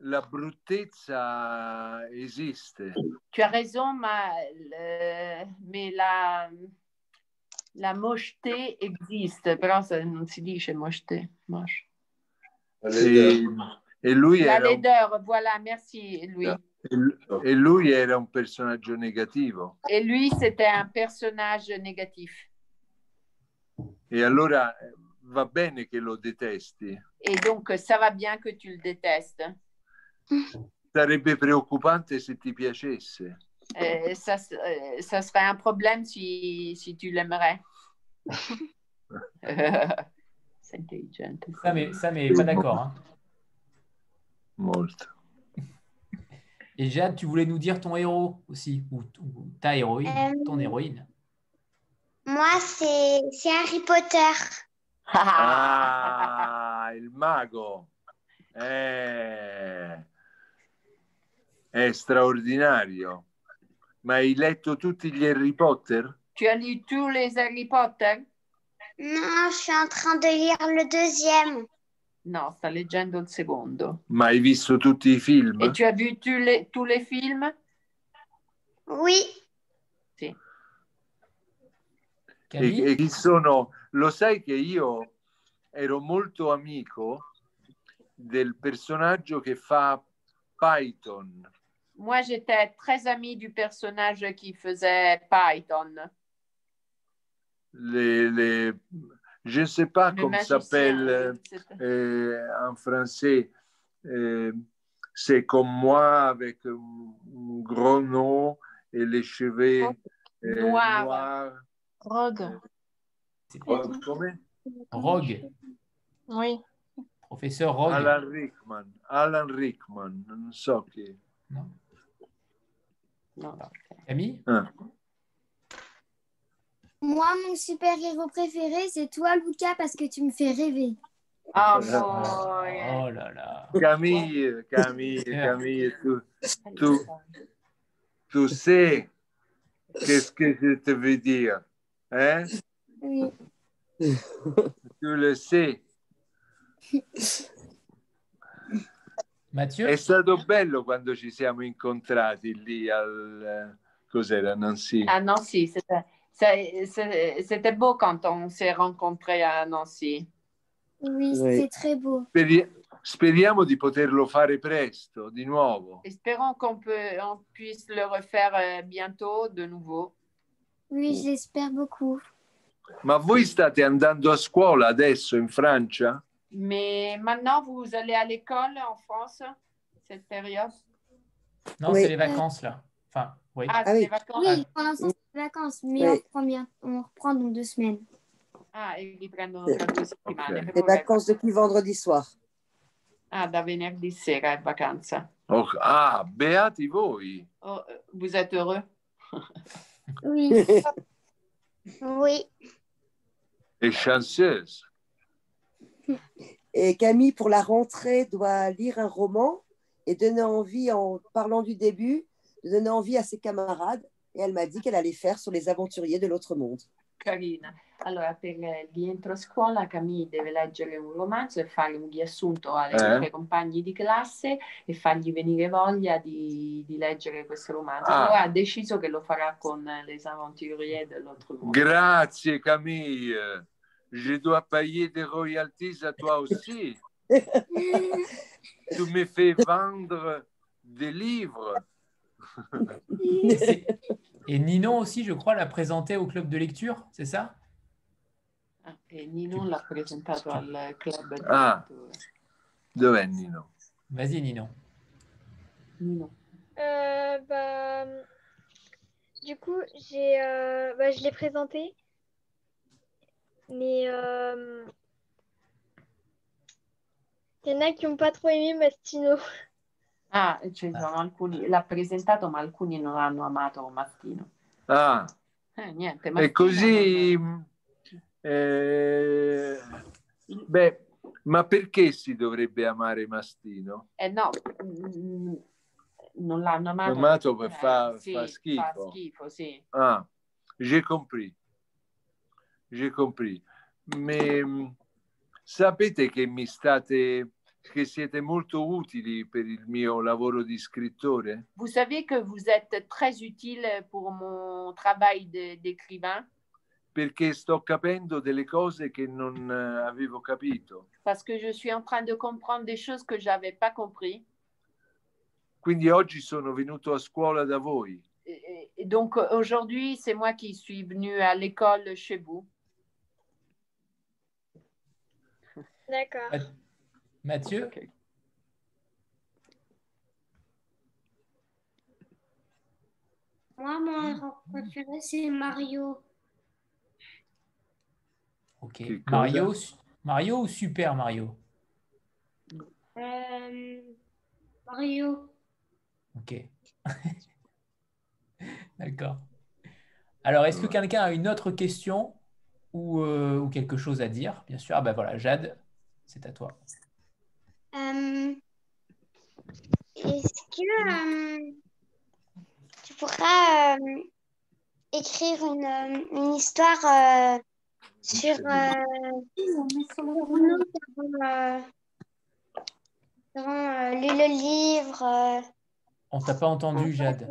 la bruttezza esiste. Tu as raison, ma, le- mais la, la mocheté existe, però se- non si dice mocheté. Moche. Sì. E lui, era La un, laideur, voilà, merci, lui. e lu- e lui era un personaggio negativo. Et lui, c'était un personnage négatif. E allora eh, va bene che lo detesti. Et donc, ça va bien que tu le détestes. Sarebbe preoccupante se ti piacesse. Euh, ça, se- euh, ça serait un problème si, si tu l'aimerais. C'est intelligent. Ça, mais, ça, mais pas d'accord. hein. Molto. Et Jade, tu voulais nous dire ton héros aussi, ou, ou ta héroïne, Euh. ton héroïne. Moi, c'est c'est Harry Potter. Ah, il mago. Eh, è straordinario. Ma hai letto tutti gli Harry Potter? Tu as lu tous les Harry Potter Non, je suis en train de lire le deuxième. No, sta leggendo il secondo. Ma hai visto tutti i film? et tu as vu tous les, tous les films Oui. E, e chi sono? Lo sai che io ero molto amico del personaggio che fa Python. Moi, j'étais très amie du personnage qui faisait Python. Les, les- je ne sais pas Le comment magicien, s'appelle euh, euh, en français. Euh, c'est comme moi avec un, un gros nom et les cheveux euh, Noir. noirs. Rogue. Ro- Come? Rogue, Oui. professeur Rogue. Alan Rickman. Alan Rickman, non so chi. Camille Ah. Moi, mon super-héros préféré, c'est toi, Lucas, parce que tu me fais rêver. Oh, Oh là là. Camille, Camille, Camille, tu, tu, tu sais qu'est-ce que je te veux dire. Hein? Oui. Tu le sais. Mathieu? È stato bello quando ci siamo incontrati lì al... Cos'era, Nancy? Ah non, si, c'était- c'est- c'est- c'était beau quand on s'est rencontrés à Nancy. Oui, Oui. c'était très beau. Speri- speriamo di poterlo fare presto, di nuovo. Espérons qu'on peut, on puisse le refaire euh, bientôt de nouveau. Oui, je l'espère beaucoup. Ma voi state andando a scuola adesso in Francia? Mais maintenant, vous allez à l'école en France, cette période Non, Oui. c'est les vacances là. Enfin, oui. Ah, c'est les vacances. Oui, pour l'instant, c'est les vacances, mais Oui. on, reprend bien- on reprend dans deux semaines. Ah, e li prendono tra due settimane. Les Vabbè. vacances depuis vendredi soir. Ah, da venerdì sera è vacanza. Oh, ah, beati voi! Oh, euh, vous êtes heureux Oui. Oui. Et chanceuse. Et Camille, pour la rentrée, doit lire un roman et donner envie, en parlant du début, de donner envie à ses camarades. Et elle m'a dit qu'elle allait faire sur les aventuriers de l'autre monde. Carina. Allora, per il rientro a scuola, Camille deve leggere un romanzo e fare un riassunto ai Eh. suoi compagni di classe e fargli venire voglia di, di leggere questo romanzo. Ah. Allora ha deciso che lo farà con Les Aventuriers dell'Autre Mondo. Grazie Camille. Je dois payer des royalties à toi aussi. tu me fais vendre des livres. C'est- Et Ninon aussi, je crois, l'a présenté au club de lecture, c'est ça Ah, e Ninon l'ha presentato al club. di Ah, lettura. dov'è Nino? Vas-y Ninon. Ninon. Euh, bah, du coup, j'ai, euh, bah, je l'ai présenté, mais euh, il y en a qui n'ont pas trop aimé Mastino. Ah, ci sono alcuni, l'ha presentato ma alcuni non hanno amato Martino. Ah, Eh, niente, e Martino così... eh, beh, ma perché si dovrebbe amare Mastino? Eh no, mm, non l'hanno amato. Amato per Eh, fa- sì, fa schifo. Fa schifo, sì. Ah, j'ai compris. J'ai compris. Mais mh, sapete che mi state, che siete molto utili per il mio lavoro di scrittore? Vous savez que vous êtes très utile pour mon travail de- d'écrivain Perché sto capendo delle cose che non eh, avevo capito. parce que je suis en train de comprendre des choses que j'avais pas compris. Quindi oggi sono venuto a scuola da voi. Et- et donc euh, aujourd'hui, c'est moi qui suis venue à l'école chez vous. D'accord. Mathieu Moi, mon héros préféré, c'est Mario. Ok. Che cosa? Mario, su- Mario ou Super Mario Euh, Mario. Ok. D'accord. Alors, est-ce que quelqu'un a une autre question ou, euh, ou quelque chose à dire Bien sûr. Ah ben voilà, Jade, c'est à toi. Euh, Est-ce que euh, tu pourras euh, écrire une, euh, une histoire euh, sur euh, nous avons, euh, nous avons, euh, lu le livre euh, On t'a pas entendu, Jade.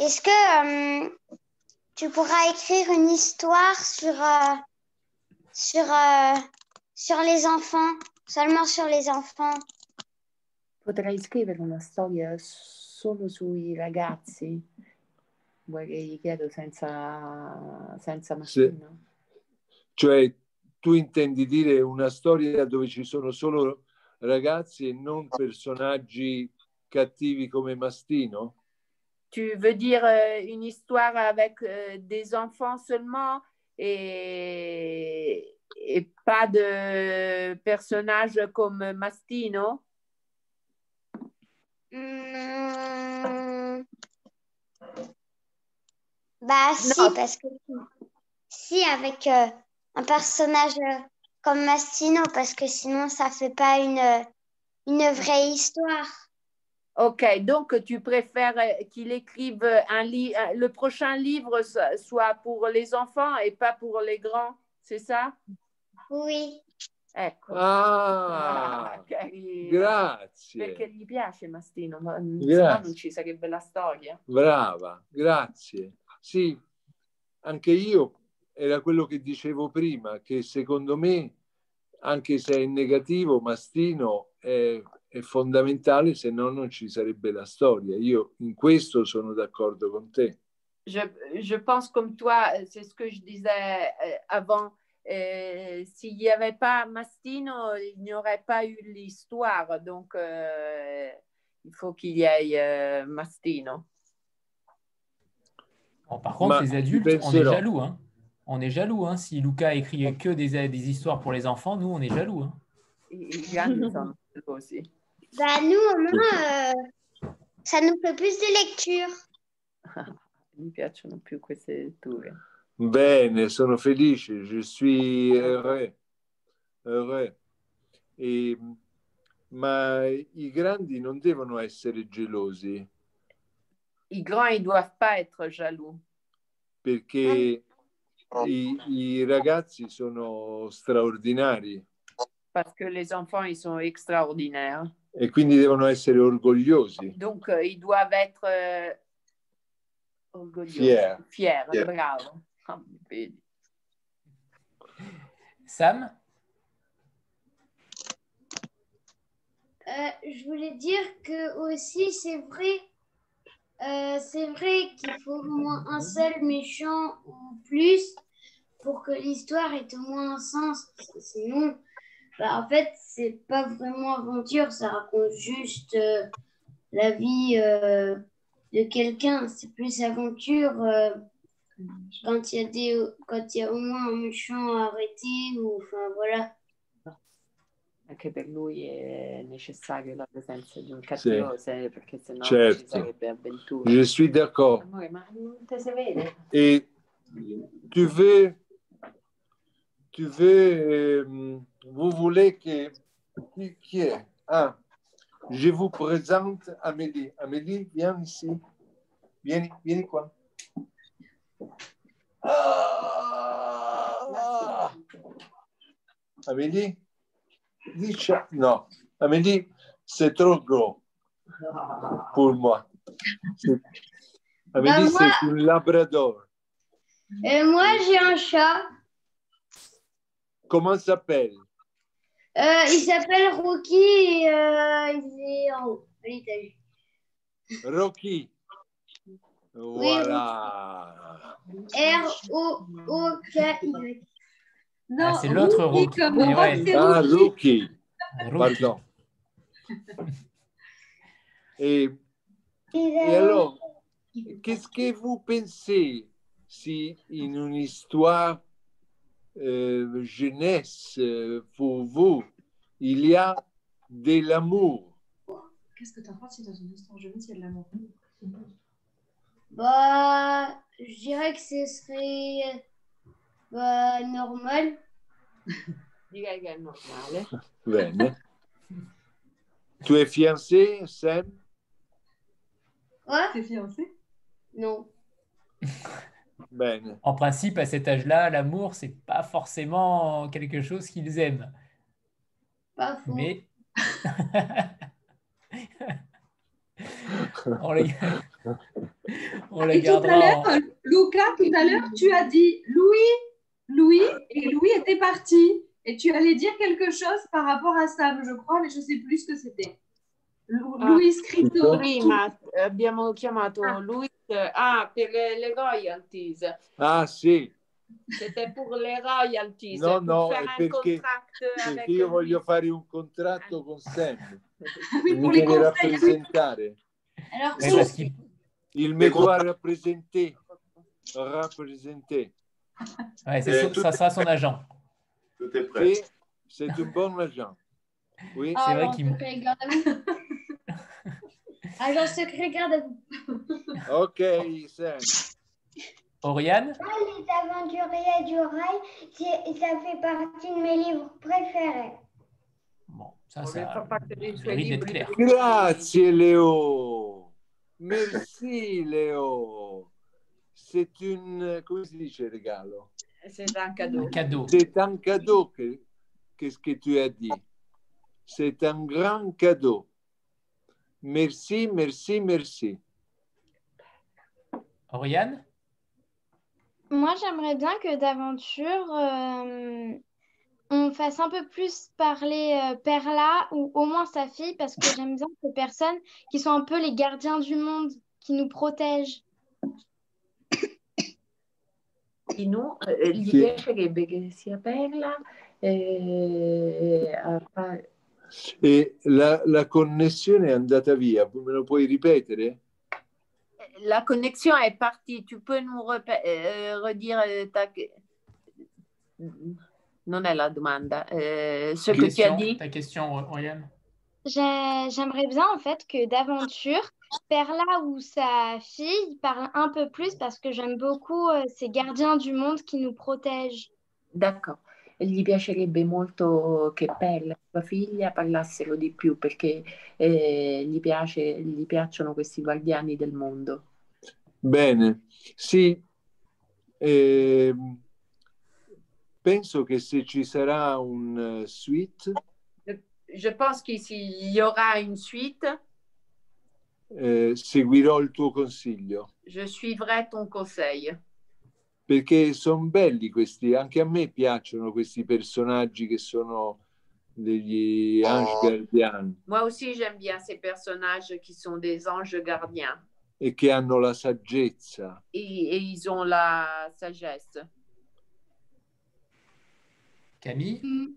Est-ce que euh, tu pourras écrire une histoire sur, euh, sur, euh, sur les enfants, seulement sur les enfants Potrei scrivere una storia solo sui ragazzi? Vuoi che gli chiedo senza, senza Se- Martino? cioè, tu intendi dire una storia dove ci sono solo ragazzi e non personaggi cattivi come Mastino? Tu veux dire euh, une histoire avec euh, des enfants seulement et, et pas de personnages comme Mastino Ah. Hmm. Bah si, parce que si avec euh, un personnage euh, comme Mastino, parce que sinon ça fait pas une, une vraie histoire. Ok, donc tu préfères euh, qu'il écrive un li- un- le prochain livre so- soit pour les enfants et pas pour les grands, c'est ça Oui. Ecco. Ah, Ah, carino. Perché grazie, gli piace Mastino, ma- se no Grazie. non ci sarebbe la storia. brava, grazie. Sì, anche io era quello che dicevo prima, che secondo me, anche se è negativo, Mastino è, è fondamentale, se no non ci sarebbe la storia. Io in questo sono d'accordo con te. je, je pense comme toi, euh, c'est ce que je disais euh, avant. euh, S'il n'y avait pas Mastino, il n'y aurait pas eu l'histoire. Donc, euh, il faut qu'il y ait euh, Mastino. Bon, par contre, Ma- les adultes, on est penserò. jaloux. hein. On est jaloux. hein. Si Lucas écrit que des, des histoires pour les enfants, nous, on est jaloux. hein. I, i grandi sono così. Bah nous au moins euh, ça nous fait plus de lecture. Mi piacciono più queste letture. Bene, sono felice, je suis heureux. heureux. E, ma i grandi non devono essere gelosi Les grands, ils ne doivent pas être jaloux. perché i, i ragazzi sono straordinari Parce que les enfants, ils sont extraordinaires. e quindi devono essere orgogliosi. Donc, euh, ils doivent être euh, orgueilleux, Fiers. fiers, Fiers. bravo. Ah, bene. Sam Euh, je voulais dire que aussi c'est vrai, euh, c'est vrai qu'il faut au moins un seul méchant ou plus pour que l'histoire ait au moins un sens. Parce que Sinon, bah, en fait, c'est pas vraiment aventure, ça raconte juste euh, la vie euh, de quelqu'un. C'est plus aventure euh, quand il y a des, quand il y a au moins un méchant arrêté ou enfin voilà. Anche per lui è necessaria la presenza di un cattivo, se- perché sennò ci Certo. sarebbe avventura. Je suis d'accord. Amore, ma non te si vede? Et tu veux, tu veux, euh, vous voulez que qui, qui est Ah, je vous présente Amélie. Amélie, viens ici. Viens, viens quoi Ah Amélie, dis ciao. Non, Amélie, c'est trop gros pour moi. C'est- Amélie, Bah, moi- c'est un labrador. Et Euh, moi j'ai un chat. Comment s'appelle Euh, il s'appelle Rocky et euh, il est en haut, à l'étage. Rocky. Voilà. R-O-O-K-Y. Ah, c'est l'autre Rocky. Eh ouais. Ah, Rocky. Rocky. Pardon. Et, Il et alors, qu'est-ce que vous pensez si in une histoire euh, jeunesse, euh, pour vous, il y a de l'amour Qu'est-ce que tu penses si dans une histoire jeune, s'il y a de l'amour Bah, je dirais que ce serait bah, normal. Direi che è normale. Bene. Tu es fiancé, Sam Quoi Hein? T'es fiancé Non. Bene. En principe, à cet âge-là, l'amour, c'est pas forcément quelque chose qu'ils aiment. Pas faux. Mais. on les, on les Et tout à gardera en- l'heure, hein. Luca, tout à l'heure, tu as dit Louis, Louis, et Louis était parti. Et tu allais dire quelque chose par rapport à Sam, je crois, mais je ne sais plus ce que c'était. Lou- Ah, Louis Crito. Prima abbiamo chiamato Luis ah, per le le royalties. Ah, sì. C'était pour les royalties. No, pour no, faire è un perché, contract avec perché io lui. voglio fare un contratto con Sam. Oui, Mi pour les deve conseils. oui. rappresentare. Alors, Oui, parce qu'il- Il me doit rappresenter. Rappresenter. ouais, c'est son- ça sera son agent. Tout est prêt. Et c'est un bon agent. Oui. C'est vrai qu'il Ah, secret, garde à vous. Agent secret, garde à vous. Ok, Sam. Oriane Moi, Les aventuriers du rail, c'est- ça fait partie de mes livres préférés. Ça, ça mérite d'être clair. Grazie Léo. Merci Léo. C'est un, come si dice regalo? C'est un cadeau. cadeau. C'est un cadeau que, que ce que tu as dit. C'est un grand cadeau. Merci, merci, merci. Oriane Moi, j'aimerais bien que d'aventure, euh, on fasse un peu plus parler euh, Perla ou au moins sa fille, parce que j'aime bien ces personnes qui sont un peu les gardiens du monde, qui nous protègent. Di nu- eh, gli Sì. piacerebbe che sia bella eh, a fa- E la, la connessione è andata via, me lo puoi ripetere? La connexion est partie. Tu peux nous repè- eh, redire eh, ta... Non è la domanda. eh, ce Ta que tu as question, dit. ta question, Oriane J'ai- J'aimerais bien en fait que d'aventure, Perla ou sa fille parle un peu plus parce que j'aime beaucoup euh, ces gardiens du monde qui nous protègent. D'accord. Gli piacerebbe molto che Pella, sua figlia, parlassero di più perché eh, gli, piace, gli piacciono questi guardiani del mondo. Bene, sì, eh, penso che se ci sarà un eh, suite, Je pense qu'ici, il y aura une suite. eh, seguirò il tuo consiglio, Je suivrai ton conseil. perché sono belli questi, anche a me piacciono questi personaggi che sono degli ange guardiani Moi aussi, j'aime bien ces personnages qui sont des anges gardiens e che hanno la saggezza. et, et ils ont la sagesse. Camille Mm.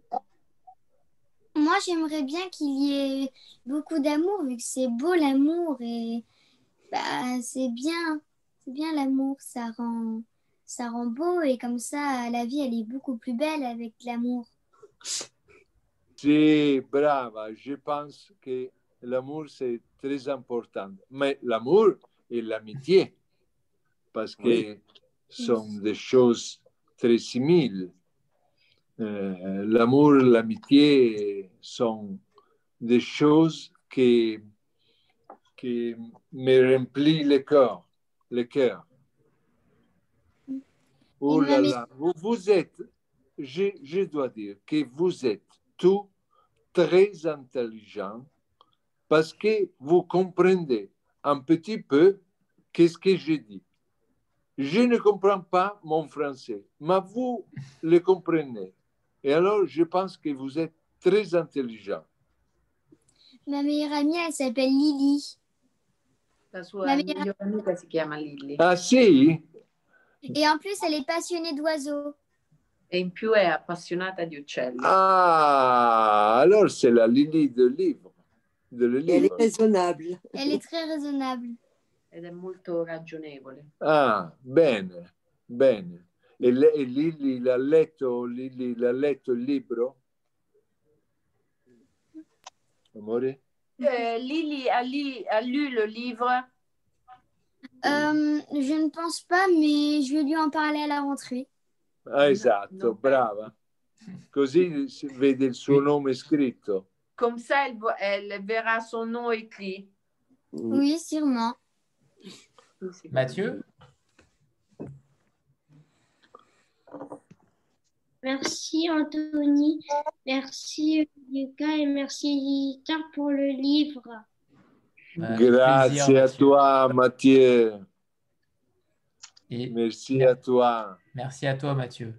Moi, j'aimerais bien qu'il y ait beaucoup d'amour, vu que c'est beau l'amour et bah, c'est bien, c'est bien l'amour, ça rend, ça rend beau et comme ça, la vie, elle est beaucoup plus belle avec l'amour. Sì, brava, je pense che l'amour c'est très important, mais l'amour et l'amitié, parce que Oui. sont des choses très similaires. Euh, l'amour, l'amitié sont des choses qui, qui me remplissent le corps, le cœur. Oh Et là l'ami- là, vous, vous êtes, je, je dois dire que vous êtes tous très intelligents parce que vous comprenez un petit peu qu'est-ce que je dis. Je ne comprends pas mon français, mais vous le comprenez. Et alors, je pense que vous êtes très intelligent. Ma meilleure amie, elle s'appelle Lily. La Ma sua meilleure- migliore amica si chiama Lily Ah si? Et en plus, elle est passionnée d'oiseaux. e in più è appassionata di uccelli. Ah, alors c'est la Lily de livre. De le Elle livre. est raisonnable. Elle est très raisonnable. Ed è molto ragionevole. Ah, bene, bene. E, le- e Lily l'ha letto, Lily l'ha letto il libro? Amore? Euh, Lily a, li- a lu le livre. Euh, je ne pense pas, mais je vais lui en parler à la rentrée. Ah, esatto, brava. Così si vede il suo nome scritto. Comme ça, elle, vo- elle verra son nom écrit. Eh, Oui, sûrement. Mathieu Merci Anthony, merci Lucas et merci Lita pour le livre. Grazie a toi, Mathieu. Merci à toi. Merci à toi, Mathieu.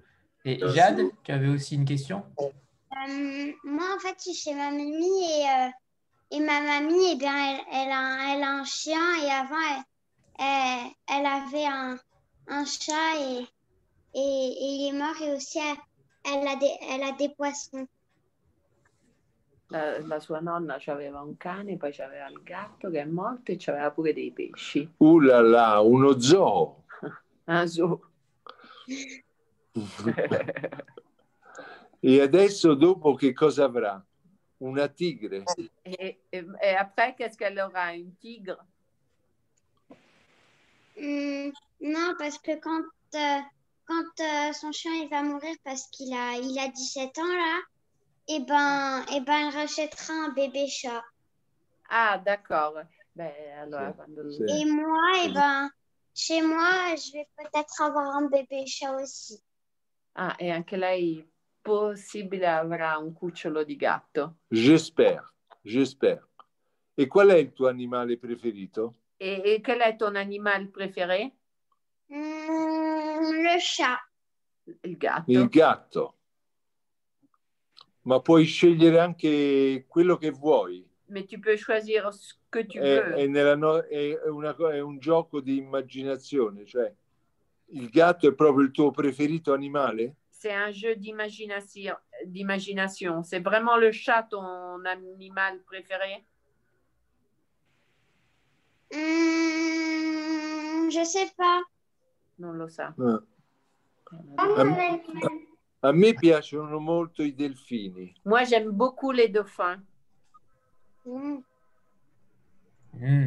Et Merci. Jade, tu avais aussi une question Euh, moi, en fait, je suis chez ma mamie et, euh, et ma mamie, eh bien, elle, elle a, un- elle a un chien et avant, elle, elle- elle avait un, un chat et, et, et il est mort et aussi, elle, elle a, des, elle a des poissons. La, la sua nonna aveva un cane, poi c'aveva il gatto che è morto e c'aveva pure dei pesci. Uh là là, uno zoo. Ah, su. E adesso dopo che cosa avrà? Una tigre. Et, et- et après, qu'est-ce qu'elle aura Une tigre Hum, non, parce que quand, euh, quand euh, son chien il va mourir parce qu'il a, il a 17 ans là, et ben, et ben, elle rachètera un bébé chat. Ah, d'accord. Ben, allora, quando- Et moi, eh ben, chez moi, je vais peut-être avoir un bébé chat aussi. Ah, e anche lei possibile avrà un cucciolo di gatto. J'espère, j'espère. E qual è il tuo animale preferito? Et, et quel est ton animal préféré Le chat. Il gatto. Il gatto. Ma puoi scegliere anche quello che vuoi. Mais tu peux choisir ce que tu È, veux. è nella no- è- è una co- è un gioco di immaginazione, cioè il gatto è proprio il tuo preferito animale? C'est un jeu d'imagination. d'imagination. C'est vraiment le chat ton animal préféré Hum, je sais pas. Non lo sa. Eh. Euh, A, a me piacciono molto i delfini. Moi, j'aime beaucoup les dauphins. Hum. Mmh.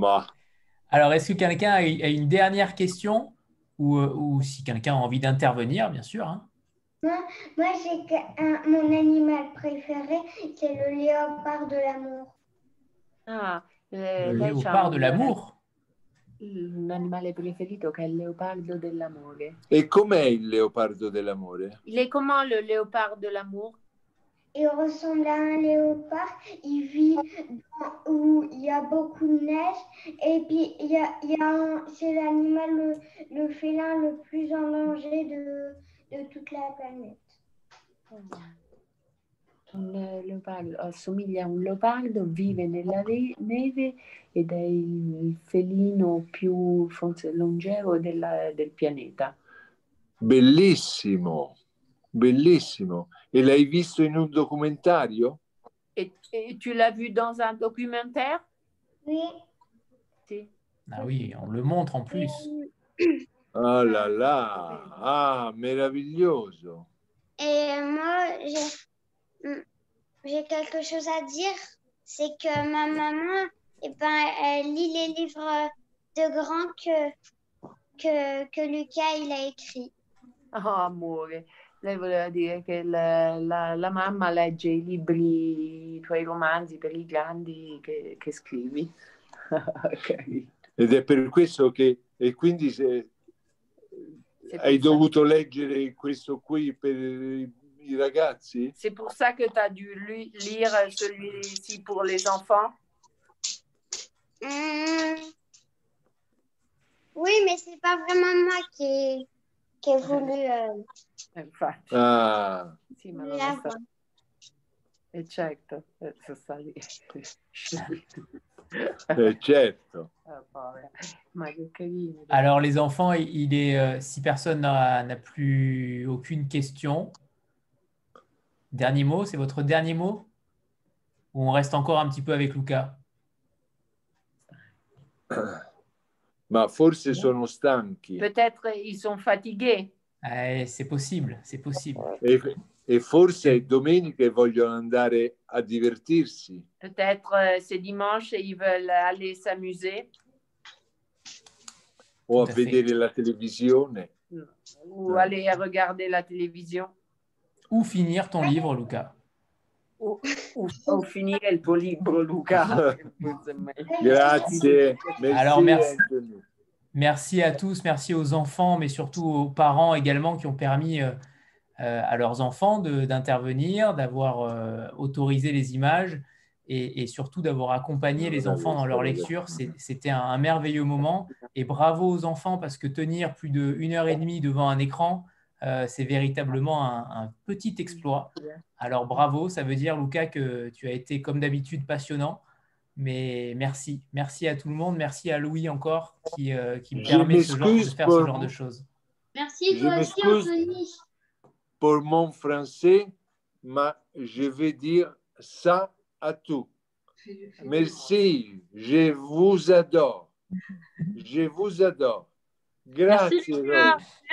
Bah. Alors, est-ce que quelqu'un a a une dernière question ou, euh, ou si quelqu'un a envie d'intervenir, bien sûr. hein. Moi, moi j'ai que- un- mon animal préféré, c'est le léopard de l'amour. Ah, Le léopard de l'amour. L'animale preferito che è il leopardo dell'amore. E com'è il leopardo dell'amore? Il est comment le léopard de l'amour Il ressemble à un léopard. Il vit dans- où il y a beaucoup de neige. Et puis, il y a, il y a un- c'est l'animal, le, le félin le plus en danger de, de toute la planète. Un eh, leopardo assomiglia a un leopardo, vive nella ve- neve ed è il felino più forse longevo della- del pianeta. Bellissimo, bellissimo. E l'hai visto in un documentario? Et, et tu l'as vu dans un documentaire Oui. Ah oui, on le montre en plus. Ah là là, ah, meraviglioso. Et moi, j'ai- mm, j'ai quelque chose à dire. C'est que ma maman, eh ben, elle lit les livres de grand que, que, que Lucas il a écrit. Oh, amore, lei voleva dire che la, la- la mamma legge i libri, i tuoi romanzi per i grandi che, che scrivi. ok. Ed è per questo che, e quindi se, hai dovuto leggere questo qui per i, i ragazzi? C'est pour ça que tu as dû lu- lire celui-ci pour les enfants. Mm. Oui, mais c'est pas vraiment moi qui ai, qui ai voulu euh, Eh, Ah, Sì, ma non è l'avoir. stato... E certo, eh, sono stati... eh, certo. Ah, povera. Ma che carino. Alors, les enfants, il il est, euh, si personne n'a n'a plus aucune question, dernier mot, c'est votre dernier mot Ou on reste encore un petit peu avec Luca Ma forse sono stanchi Peut-être ils sont fatigués. Eh, C'est possible, c'est possible. e, e forse domenica vogliono andare a divertirsi. Peut-être euh, c'est dimanche et ils veulent aller s'amuser o a vedere la televisione. ou aller regarder la télévision Ou finir ton livro, Luca. ou, ou- ou finir il tuo libro, Luca. Grazie. Alors, merci. Anthony. Merci à tous, merci aux enfants, mais surtout aux parents également qui ont permis euh, euh, à leurs enfants de- d'intervenir, d'avoir euh, autorisé les images et, et surtout d'avoir accompagné les enfants dans leur lecture. C'est- C'était un, un merveilleux moment et bravo aux enfants parce que tenir plus de une heure et demie devant un écran, euh, c'est véritablement un, un petit exploit. Alors bravo, ça veut dire Lucas que tu as été comme d'habitude passionnant. Mais merci, merci à tout le monde, merci à Louis encore qui, euh, qui me Je permet ce genre- de m'excuse faire ce pour- genre de choses. Merci, Je toi aussi, m'excuse. Anthony. Pour mon français, ma, je vais dire ça à tout. Merci, je vous adore. Je vous adore. Grazie. Merci, Rose.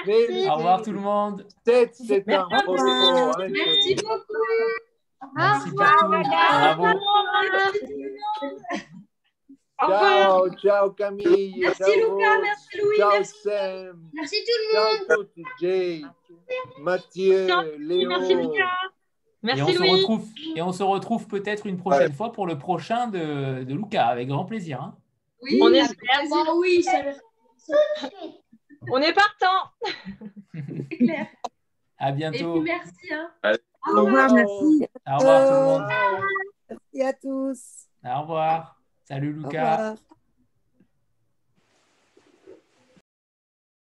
Merci. Ah, Au revoir tout le monde. Peut-être c'est un Merci. propos, Anthony. Merci beaucoup. Merci partout. Bravo. Ciao, ciao Camille. Merci, ciao Luca, Rose, merci, Louis, Ciao merci. Sam. Merci tout le monde. Ciao tutti, Jay, Mathieu, euh, Léo. Merci, Lucas. et on se retrouve et on se retrouve peut-être une prochaine fois pour le prochain de, de Luca avec grand plaisir. hein. Oui, On on espère. espère. Bah oui, ça va. On est partant. À Et bientôt. puis merci. hein. Au revoir, merci. Euh. Au revoir tout le monde. Merci à tous. Au revoir. Salut Au Lucas. revoir.